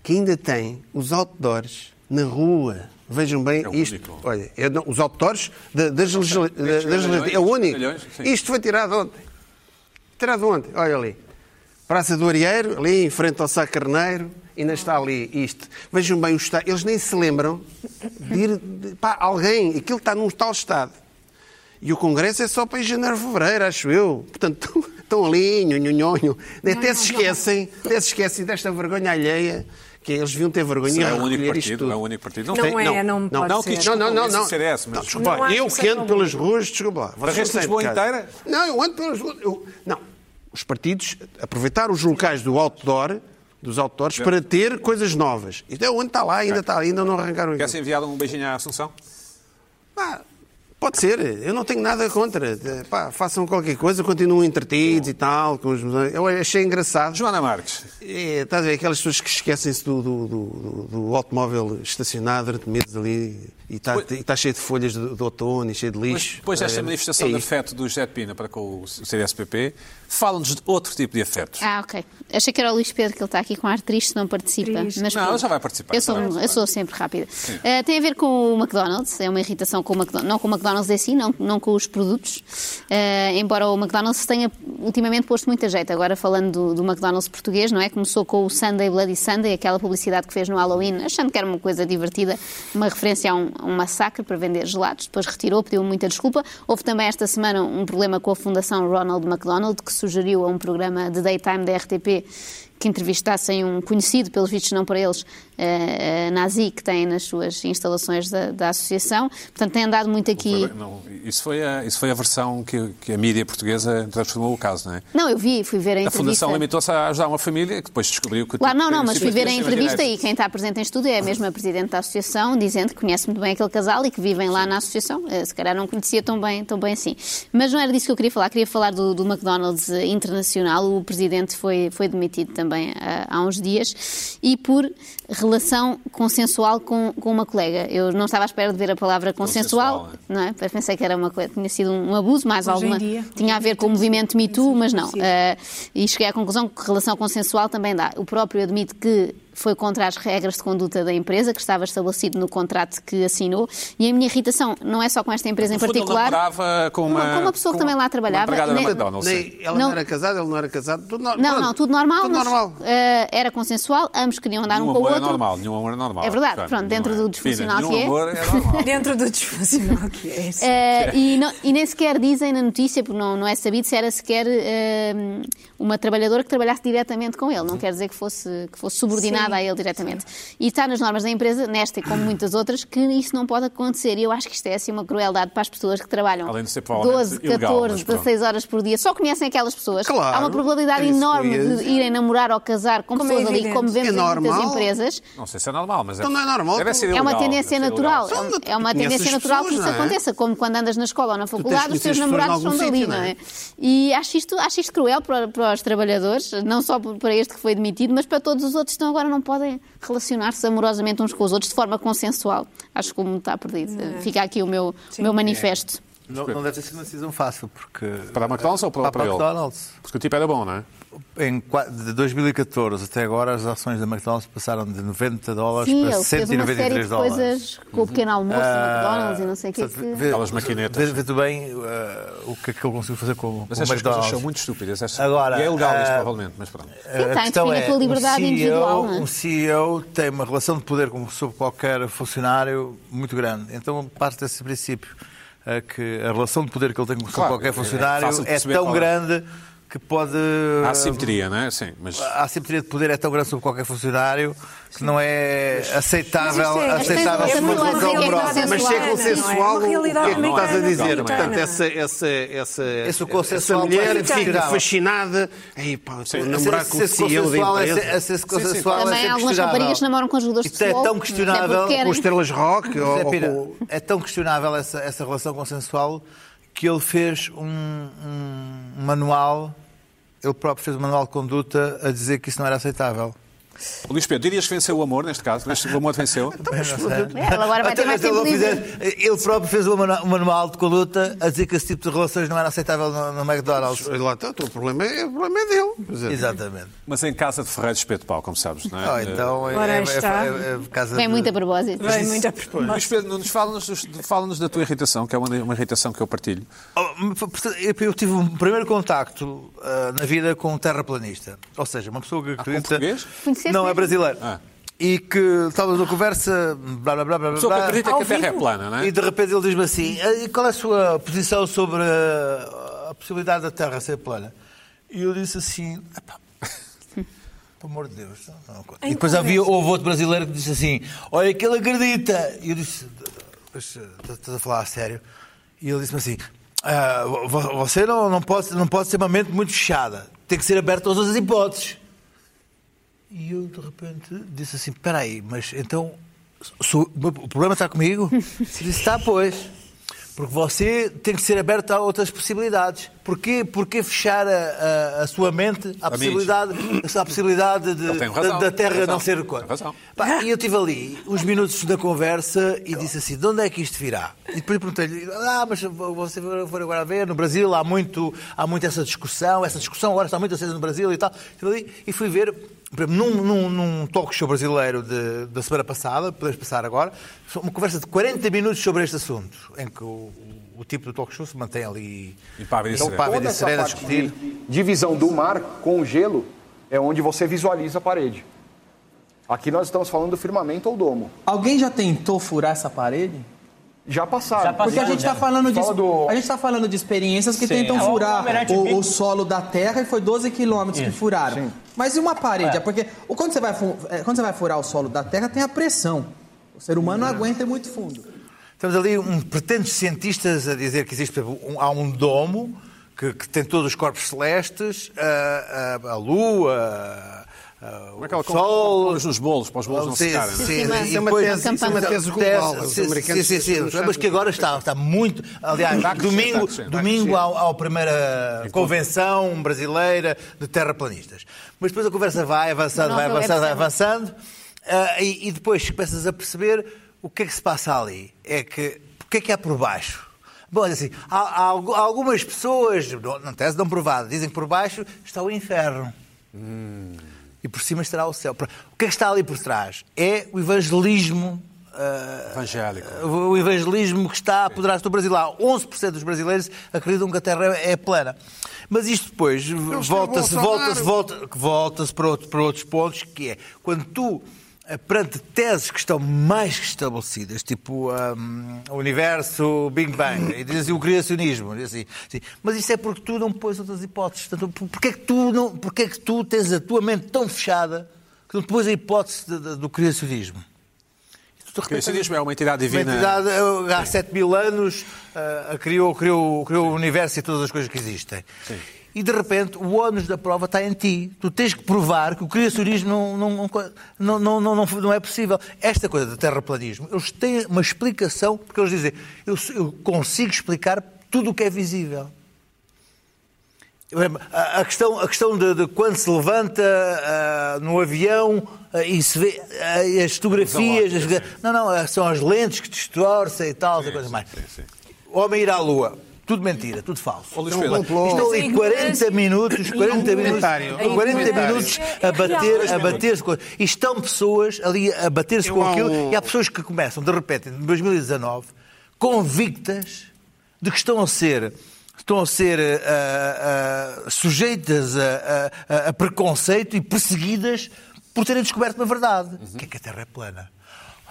E: que ainda tem os outdoors na rua. Vejam bem
A: É o
E: isto.
A: único.
E: Olha, é, não, os outdoors da- das legisla- da- das
A: estes
E: legisla- É o
A: medalhões,
E: único.
A: medalhões, sim.
E: Isto foi tirado ontem. Tirado ontem, olha ali. Praça do Arieiro, ali em frente ao Sá Carneiro, ainda está ali isto. Vejam bem o estado. Eles nem se lembram de ir. De, pá, alguém, aquilo está num tal estado. E o Congresso é só para em janeiro, fevereiro, acho eu. Portanto, estão ali, nhonhonhonho. Até se esquecem, até se esquecem desta vergonha alheia, que eles deviam ter vergonha e
A: Será o único
E: recolher isto
A: partido.
E: tudo.
A: É o único partido.
D: Não
A: tem-
D: é, não
E: não,
D: pode
E: não,
D: ser.
E: que isto- não, não, não, não.
A: CDS, mas-
E: Não, desculpa,
D: Não acho
E: eu
D: que
E: que
D: seja
E: ando
D: bom.
E: pelas ruas, desculpa lá. Vocês
A: resto de
E: saem de
A: Lisboa
E: casa.
A: inteira?
E: Não, eu ando pelas ruas. eu- não, os partidos aproveitar os locais do outdoor, dos outdoors, para ter coisas novas. é Então, onde está lá, ainda está, ainda não arrancaram
A: Quer ser enviado um beijinho à Assunção?
E: Pá, Pode ser, eu não tenho nada contra. De- pá, façam qualquer coisa, continuam entretidos e tal. Com os... Eu achei engraçado.
A: Joana Marques.
E: É, estás a ver, aquelas pessoas que esquecem-se do, do, do- do- do automóvel estacionado durante meses ali e está cheio de folhas de, de outono e cheio de lixo.
A: Depois desta
E: É,
A: manifestação
E: é
A: de
E: isto.
A: afeto do José de Pina para com o CDSPP, fala-nos de outro tipo de afetos.
C: Ah, ok. Achei que era o Luís Pedro que ele está aqui com ar triste, não participa.
D: Triste.
C: Mas
A: Não,
C: pronto.
A: ele já vai participar, Tá
C: Eu
A: já vai
C: sou, um
A: participar.
C: eu sou sempre rápida. Eh, tem a ver com o McDonald's, é uma irritação com o McDonald's, não com o McDonald's em si, não, não com os produtos. Eh, embora o McDonald's tenha ultimamente posto muita jeito, agora falando do, do McDonald's português, não é? Começou com o Sunday Bloody Sunday, aquela publicidade que fez no Halloween, achando que era uma coisa divertida, uma referência a um, a um massacre para vender gelados, depois retirou, pediu muita desculpa. Houve também esta semana um problema com a Fundação Ronald McDonald, que sugeriu a um programa de daytime da RTP que entrevistassem um conhecido, pelos vistos não para eles, eh, eh, nazi que tem nas suas instalações da, da associação. Portanto, tem andado muito aqui.
A: Não, isso, foi a, isso foi a versão que, que a mídia portuguesa transformou o caso, não é?
C: Não, eu vi, fui ver a
A: A
C: entrevista.
A: Fundação limitou-se a ajudar uma família que depois descobriu que... o
C: Claro,
A: tipo
C: não, não,
A: era
C: assim, mas fui ver a
A: simpatia,
C: entrevista
A: simpatia.
C: e quem está presente em estúdio é a mesma Presidente da Associação, dizendo que conhece muito bem aquele casal e que vivem lá na Associação. Eh, Se calhar não conhecia tão bem, tão bem assim. Mas não era disso que eu queria falar, queria falar do, do McDonald's eh, Internacional. O Presidente foi, foi demitido também ah, há uns dias e por relação consensual com, com uma colega. Eu não estava à espera de ver a palavra consensual,
A: Consensual,
C: não é? Mas pensei que era uma coisa, tinha sido um abuso, mais
D: Hoje em
C: alguma.
D: dia.
C: Tinha a ver com o movimento Me Too, mas não.
D: Sim. é
C: Eh, eh, e cheguei à conclusão que relação consensual também dá. O próprio admite que foi contra as regras de conduta da empresa, que estava estabelecido no contrato que assinou. E a minha irritação não é só com esta empresa em
A: Então, No fundo, ele
C: particular.
A: namorava com uma,
C: Não, com uma pessoa que também lá trabalhava.
A: Uma empregada da
C: Nem-
A: McDonald's, sim.
E: Nem- ela não.
C: Não.
E: era casada, ele não era casado. Tudo no-
C: Não,
E: pronto,
C: não, tudo normal.
E: Tudo
C: mas,
E: normal.
C: eh, era consensual, ambos queriam andar
A: Nenhum
C: um com o
A: amor
C: outro.
A: é normal, nenhum amor é normal.
C: É verdade,
A: Portanto,
C: pronto, dentro
A: não é.
C: do disfuncional
A: Pina,
C: que é.
A: Nenhum amor é normal.
D: Dentro do disfuncional que é. sim.
C: Eh, e, não- e nem sequer dizem na notícia, porque não, não é sabido se era sequer eh, uma trabalhadora que trabalhasse diretamente com ele. Não quer dizer que fosse, que fosse subordinada
D: Sim,
C: a ele diretamente. E está nas normas da empresa, nesta e como muitas outras, que isso não pode acontecer. E eu acho que isto é assim uma crueldade para as pessoas que trabalham
A: Além de ser provavelmente
C: 12,
A: ilegal,
C: 14,
A: mas pronto.
C: 16 horas por dia. Só conhecem aquelas pessoas.
E: Claro,
C: Há uma probabilidade
E: é isso que eu
C: enorme
E: ia
C: de
E: dizer.
C: irem namorar ou casar com
D: Como é
C: pessoas ali,
D: evidente.
C: como vemos
E: É
C: em muitas
E: normal.
C: empresas.
A: Não sei se é normal, mas é.
E: Então não é normal,
A: Deve
E: tu-
A: ser
C: É uma
A: ilegal,
C: tendência
A: deve ser
C: natural.
A: ilegal.
E: São de-
C: É uma
E: conheces
C: tendência
E: as
C: natural que isso
E: pessoas, não é?
C: aconteça, como quando andas na escola ou na
E: tens
C: faculdade,
E: de
C: os teus
E: conhecer as pessoas
C: namorados
E: em
C: são
E: algum
C: dali,
E: sítio,
C: não
E: não
C: é?
E: é?
C: E acho isto, acho isto cruel para, para os trabalhadores, não só para este que foi demitido, mas para todos os outros que estão agora não podem relacionar-se amorosamente uns com os outros de forma consensual. Acho que o mundo está perdido. Fica aqui o meu, o meu manifesto.
B: Não, não deve ter sido uma decisão fácil, porque.
A: Para a McDonald's ou para,
B: Para a
A: ele?
B: McDonald's.
A: Porque o tipo era bom, não é?
B: Em, qua- de 2014 até agora, as ações da McDonald's passaram de 90 dólares
C: Sim,
B: para
C: ele fez uma série
B: 193
C: de
B: dólares.
C: coisas com o pequeno almoço, McDonald's e não sei o quê.
B: Portanto,
C: que-
B: vê-
A: Aquelas maquinetas.
B: Vê, vê tu bem eh, o que é que ele conseguiu fazer com, com
A: Mas
B: o
A: estas coisas
B: McDonald's.
A: são muito estúpidas. estas-
B: Agora,
A: e é ilegal isto,
B: ah,
A: provavelmente, mas pronto.
B: Sim,
C: está a definir
B: é,
C: a tua liberdade individual, não é?
B: Um CEO tem uma relação de poder como sobre qualquer funcionário muito grande. Então parte desse princípio eh, que a relação de poder que ele tem com
A: Claro,
B: qualquer
A: é
B: funcionário
A: fácil de
B: é
A: perceber
B: tão
A: qual é.
B: grande que pode
A: Há assimetria, não é? Sim, mas.
B: a assimetria de poder é tão grande sobre qualquer funcionário que não é aceitável,
D: Mas isto é-
B: aceitável
C: Mas tens
B: uma
C: uma
B: relação
C: relação
B: amorosa.
C: que é
E: Mas se é
D: Ana,
E: consensual,
D: não é? Uma
E: o que é que
D: realidade
E: tu estás a
D: americana,
E: dizer?
D: não é?
E: Portanto, essa, essa, essa,
B: Esse o
E: essa
B: consensual
E: mulher
B: americano.
E: fica fascinada. Ei, pá, estou a
B: Esse-
E: namorar
B: esse-
E: com Um o
B: esse
E: CEO da
B: consensual é-
E: empresa.
B: esse- esse consensual é
C: Também
B: sempre
C: algumas
B: questionável.
C: raparigas namoram com jogadores de
B: Isto é
C: futebol,
B: tão
C: até porque
B: questionável,
C: querem.
E: Com estrelas rock ou,
B: Zé
E: ou
B: Pina,
E: com...
B: é tão questionável essa, essa relação consensual que ele fez um, um manual, ele próprio fez um manual de conduta a dizer que isso não era aceitável.
A: Luís Pedro, dirias que venceu o amor neste caso? Mas o amor venceu?
C: É, Ela agora vai ter
B: Até-
C: mais
B: até
C: tempo
B: ele,
C: livre.
B: fizer- ele próprio fez um manu- um manual de conduta a dizer que esse tipo de relações não era aceitável no, no McDonald's.
E: Lá está, o teu problema é, o problema é dele. Quer dizer,
B: Exatamente.
A: Mas em casa de Ferreira de Espeto de Pau, como sabes, não é?
B: Ah, então é,
D: Ora
B: é, é,
D: está.
B: é- é por causa
C: Vem
B: de-
C: muito a propósito.
D: Vem muito a propósito.
A: Luís Pedro, Nunes, fala-nos dos- fala-nos da tua irritação, que é uma, uma irritação que eu partilho.
B: Oh, mas, portanto, Eu eu tive um primeiro contacto ah, na vida com um terraplanista. Ou seja, uma pessoa que acredita.
A: Ah, português?
C: Conheceste
B: Não, é
C: mesmo?
B: brasileiro.
A: Ah.
B: E que estávamos numa conversa, blá blá blá blá
A: Só que
B: blá.
A: acredita
D: Ao
A: que a Terra é
D: vivo.
A: plana, não é?
B: E de repente ele diz-me assim: "Ah, e qual é a sua posição sobre ah, a possibilidade da Terra ser plana? E eu disse assim: "Epá, pelo amor de Deus. Não, não conta."
D: Em
B: e depois
D: que
B: havia, houve outro brasileiro que disse assim: olha, que ele acredita. E eu disse: "Mas, ah, estás a falar a sério? E ele disse-me assim: "Ah, vo- você não, não, pode, não pode ser uma mente muito fechada, tem que ser aberta às outras hipóteses. E eu, de repente, disse assim: espera aí, mas então sou- o problema está comigo? Ele disse: está, "Tá, pois. Porque você tem que ser aberto a outras possibilidades. Porquê, porquê fechar a, a- a sua mente à possibilidade, à possibilidade de,
A: Ele tem razão,
B: da, da Terra
A: tem razão,
B: não ser cor?
A: tem razão.
B: Pá, E eu estive ali uns minutos da conversa e disse assim: de onde é que isto virá? E depois perguntei-lhe: ah, mas você for agora ver, no Brasil há muito, há muito essa discussão, essa discussão agora está muito acesa no Brasil e tal. Estive ali e fui ver, por exemplo, num, num, num talk show brasileiro de- da semana passada, podes passar agora, uma conversa de 40 minutos sobre este assunto, em que o, o tipo do talk show se mantém ali.
A: Impávido e sereno.
B: impávido
G: Toda
B: e
G: essa
B: sereno a
G: parte
B: discutir.
G: de divisão do mar com o gelo é onde você visualiza a parede. Aqui nós estamos falando do firmamento ou domo.
H: Alguém já tentou furar essa parede?
G: Já passaram.
I: Já passaram.
H: Porque a gente tá está falando de
G: um Fala do-
H: a gente tá falando de experiências que
I: Sim.
H: tentam
I: É, o
H: furar
I: Almirante
H: o,
I: Bico.
H: o solo da terra e foi 12 quilômetros que furaram. Mas e uma parede? É Porque o- quando você, vai fu- é, quando você vai furar o solo da terra tem a pressão. O ser humano não aguenta ir muito fundo.
B: Temos ali um, pretentes cientistas a dizer que existe, por exemplo, um- há um domo que, que tem todos os corpos celestes, a, a- a Lua, a-
A: é
B: o Sol.
A: Bolos nos bolos, para os bolos não
B: Sim,
A: secarem.
B: sim,
A: né?
B: sim,
C: mas
B: e
C: isso é uma
B: depois-
C: tese- isso é uma
E: tese global.
B: Tese-
E: Os
B: sim,
E: americanos
B: Sim, sim, sim,
E: estão
B: Mas que agora está, está muito. Aliás,
A: Está a crescer, está a
B: domingo,
A: crescer, está a
B: domingo
A: crescer.
B: à, à primeira convenção brasileira de terraplanistas. Mas depois a conversa vai avançando,
C: Não,
B: vai
C: não é
B: avançando, vai
C: possível.
B: avançando avançando ah, e, e depois começas a perceber o que é que se passa ali. É que o que é que há por baixo? Bom, assim, há, há algu- há algumas pessoas, não- na tese não provada, dizem que por baixo está o inferno.
C: Hum.
B: E por cima estará o céu. O que é que está ali por trás? É o evangelismo ah,
A: Evangélico.
B: o evangelismo que está a apoderar-se do Brasil. Há 11% dos brasileiros acreditam que a Terra é plana. Mas isto depois volta-se, volta-se, volta- volta-se para, outro- para outros pontos, que é quando tu, eh, perante teses que estão mais que estabelecidas, tipo hum, o universo, o Big Bang, e dizes assim, o criacionismo, e assim, assim, mas isso é porque tu não pões outras hipóteses. Portanto, por- porquê, é que tu não, porquê é que tu tens a tua mente tão fechada que não te pões a hipótese de- de- do criacionismo? Tu
A: O criacionismo é uma entidade divina.
B: Uma entidade, eh, há 7 mil anos eh, criou, criou, criou o universo e todas as coisas que existem. E de repente o ónus da prova está em ti. Tu tens que provar que o criacionismo não, não, não, não, não, não- não é possível. Esta coisa do terraplanismo, eles têm uma explicação, porque eles dizem, eu, eu consigo explicar tudo o que é visível. Eu lembro, A a questão, a questão de, de quando se levanta ah, no avião ah, e se vê ah, as fotografias. as- Não, não, ah, são as lentes que distorcem e tal, essa coisa mais. O homem ir à lua. Tudo mentira, tudo falso.
A: Ô, Luís
E: É um
A: Pedro,
E: complô.
B: Estou
D: Sim,
B: ali 40 minutos, 40 minutos,
E: documentário. É um
B: 40
E: documentário.
B: minutos
D: É- é
B: a bater, a
D: real.
B: bater-se com E estão pessoas ali a bater-se
E: Eu
B: com
E: há
B: aquilo
E: um-
B: e há pessoas que começam, de repente, em 2019, convictas de que estão a ser estão a ser ah, ah, sujeitas a, a- a preconceito e perseguidas por terem descoberto uma verdade, que é que a Terra é plana.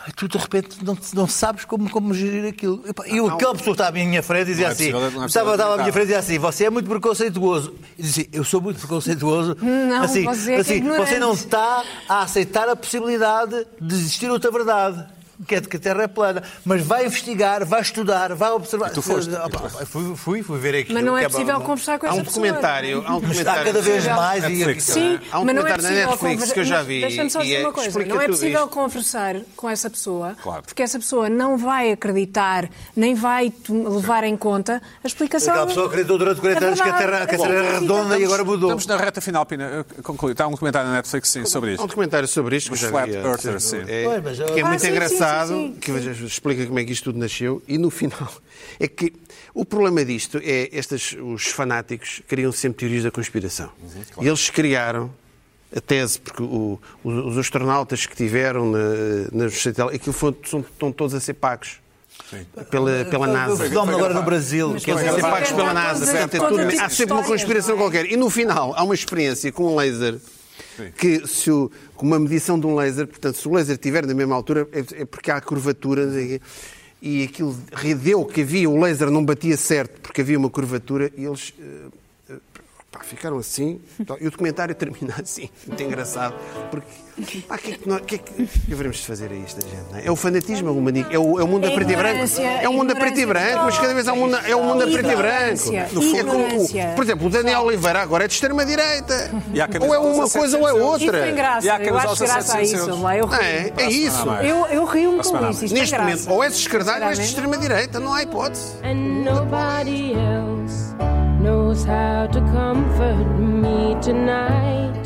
B: Ai, Tu de repente não, não sabes como, como gerir aquilo. Epá, Eu, aquela pessoa que estava à minha frente e dizia
A: Não é
B: assim:
A: possível, não é
B: estava,
A: possível
B: estava à minha
A: acreditar.
B: frente dizia assim, você é muito preconceituoso. E dizia assim, eu sou muito preconceituoso.
D: Não,
B: assim,
D: você é que é
B: assim,
D: ignorante.
B: você não está a aceitar a possibilidade de existir outra verdade. Que é de que a Terra é plana. Mas vai investigar, vai estudar, vai observar.
A: tu foste.
B: Ah, pá, fui, fui, fui ver aqui.
D: Mas não é possível conversar com
E: Há
D: essa
E: um
D: pessoa.
E: documentário, há um
B: Mas está
E: documentário.
B: cada vez
D: Sim.
B: mais.
A: É Netflix.
D: Sim,
E: Há um
D: mas não é
E: documentário na
D: possível
E: Netflix
D: conversa-
E: que eu já
D: Mas
E: vi
D: Deixa-me só
E: e
D: dizer
E: é-
D: uma coisa.
E: explica
D: Não é
E: tudo
D: possível
E: isto.
D: conversar com essa pessoa,
A: Claro.
D: porque essa pessoa não vai acreditar, nem vai to- levar em conta a explicação.
B: Aquela pessoa acreditou durante
D: É
B: 40 anos que a Terra, que a terra era redonda e agora mudou.
A: Estamos na reta final, Pina. Eu concluo. Está um comentário na Netflix sim, sobre
E: Há um
A: isto.
E: documentário sobre isto que eu
A: Os
E: já
A: flat
E: vi.
A: earthers, sim.
B: Pois, mas,
E: É, que é
B: ah,
E: muito
D: sim, sim,
E: engraçado,
D: sim, sim.
E: que explica como é que isto tudo nasceu. E no final, é que o problema disto é estes, os fanáticos criam sempre teorias da conspiração.
A: Uhum,
E: E eles criaram a tese, porque o- os, os astronautas que tiveram na, nos satélites, aquilo foi, são, estão todos a ser pagos pela, pela
B: O
E: NASA.
B: fenómeno agora no Brasil. que
E: Quer
B: é-
E: dizer, ser pagos pela NASA.
D: Todas as-
E: portanto, é tudo-
D: todo tipo
E: há
D: de
E: sempre uma
D: histórias,
E: conspiração
D: não é?
E: qualquer. E no final, há uma experiência com um laser que, se o- com uma medição de um laser, portanto, se o laser estiver na mesma altura, é, é porque há curvatura. E, e aquilo redeu que havia, o laser não batia certo porque havia uma curvatura e eles. eh, eh, Pá, ficaram assim. Então, E o documentário termina assim. Muito engraçado. Porque, pá, o que é que nós. o que é que- o que devemos fazer a isto, gente? não é? É o fanatismo, é o, mani- é o, é o mundo a preto e branco.
D: ignorância,
E: É o mundo a preto e
D: ignorância
E: branco, mas cada vez há um mundo, é o mundo a preto e branco.
D: Ignorância,
E: É como o-
D: ignorância.
E: por exemplo, o Daniel Oliveira agora é de extrema-direita.
A: E há quem
E: Ou é
A: diz-
E: uma coisa ou é
D: Isto tem
E: outra.
A: E há
D: graça.
A: quem
D: Eu
A: usa
D: acho
A: os
D: graça a isso.
A: 700.
D: lá, Eu
E: É,
D: rio.
E: é isso.
A: mais.
D: Eu, eu rio-me
A: Passa nada
D: com isto. Isto
E: Neste
D: tem
E: momento,
D: graça.
E: ou és de esquerda ou és de
D: Sinceramente.
E: extrema-direita, não há hipótese.
I: And nobody else knows how to comfort me tonight.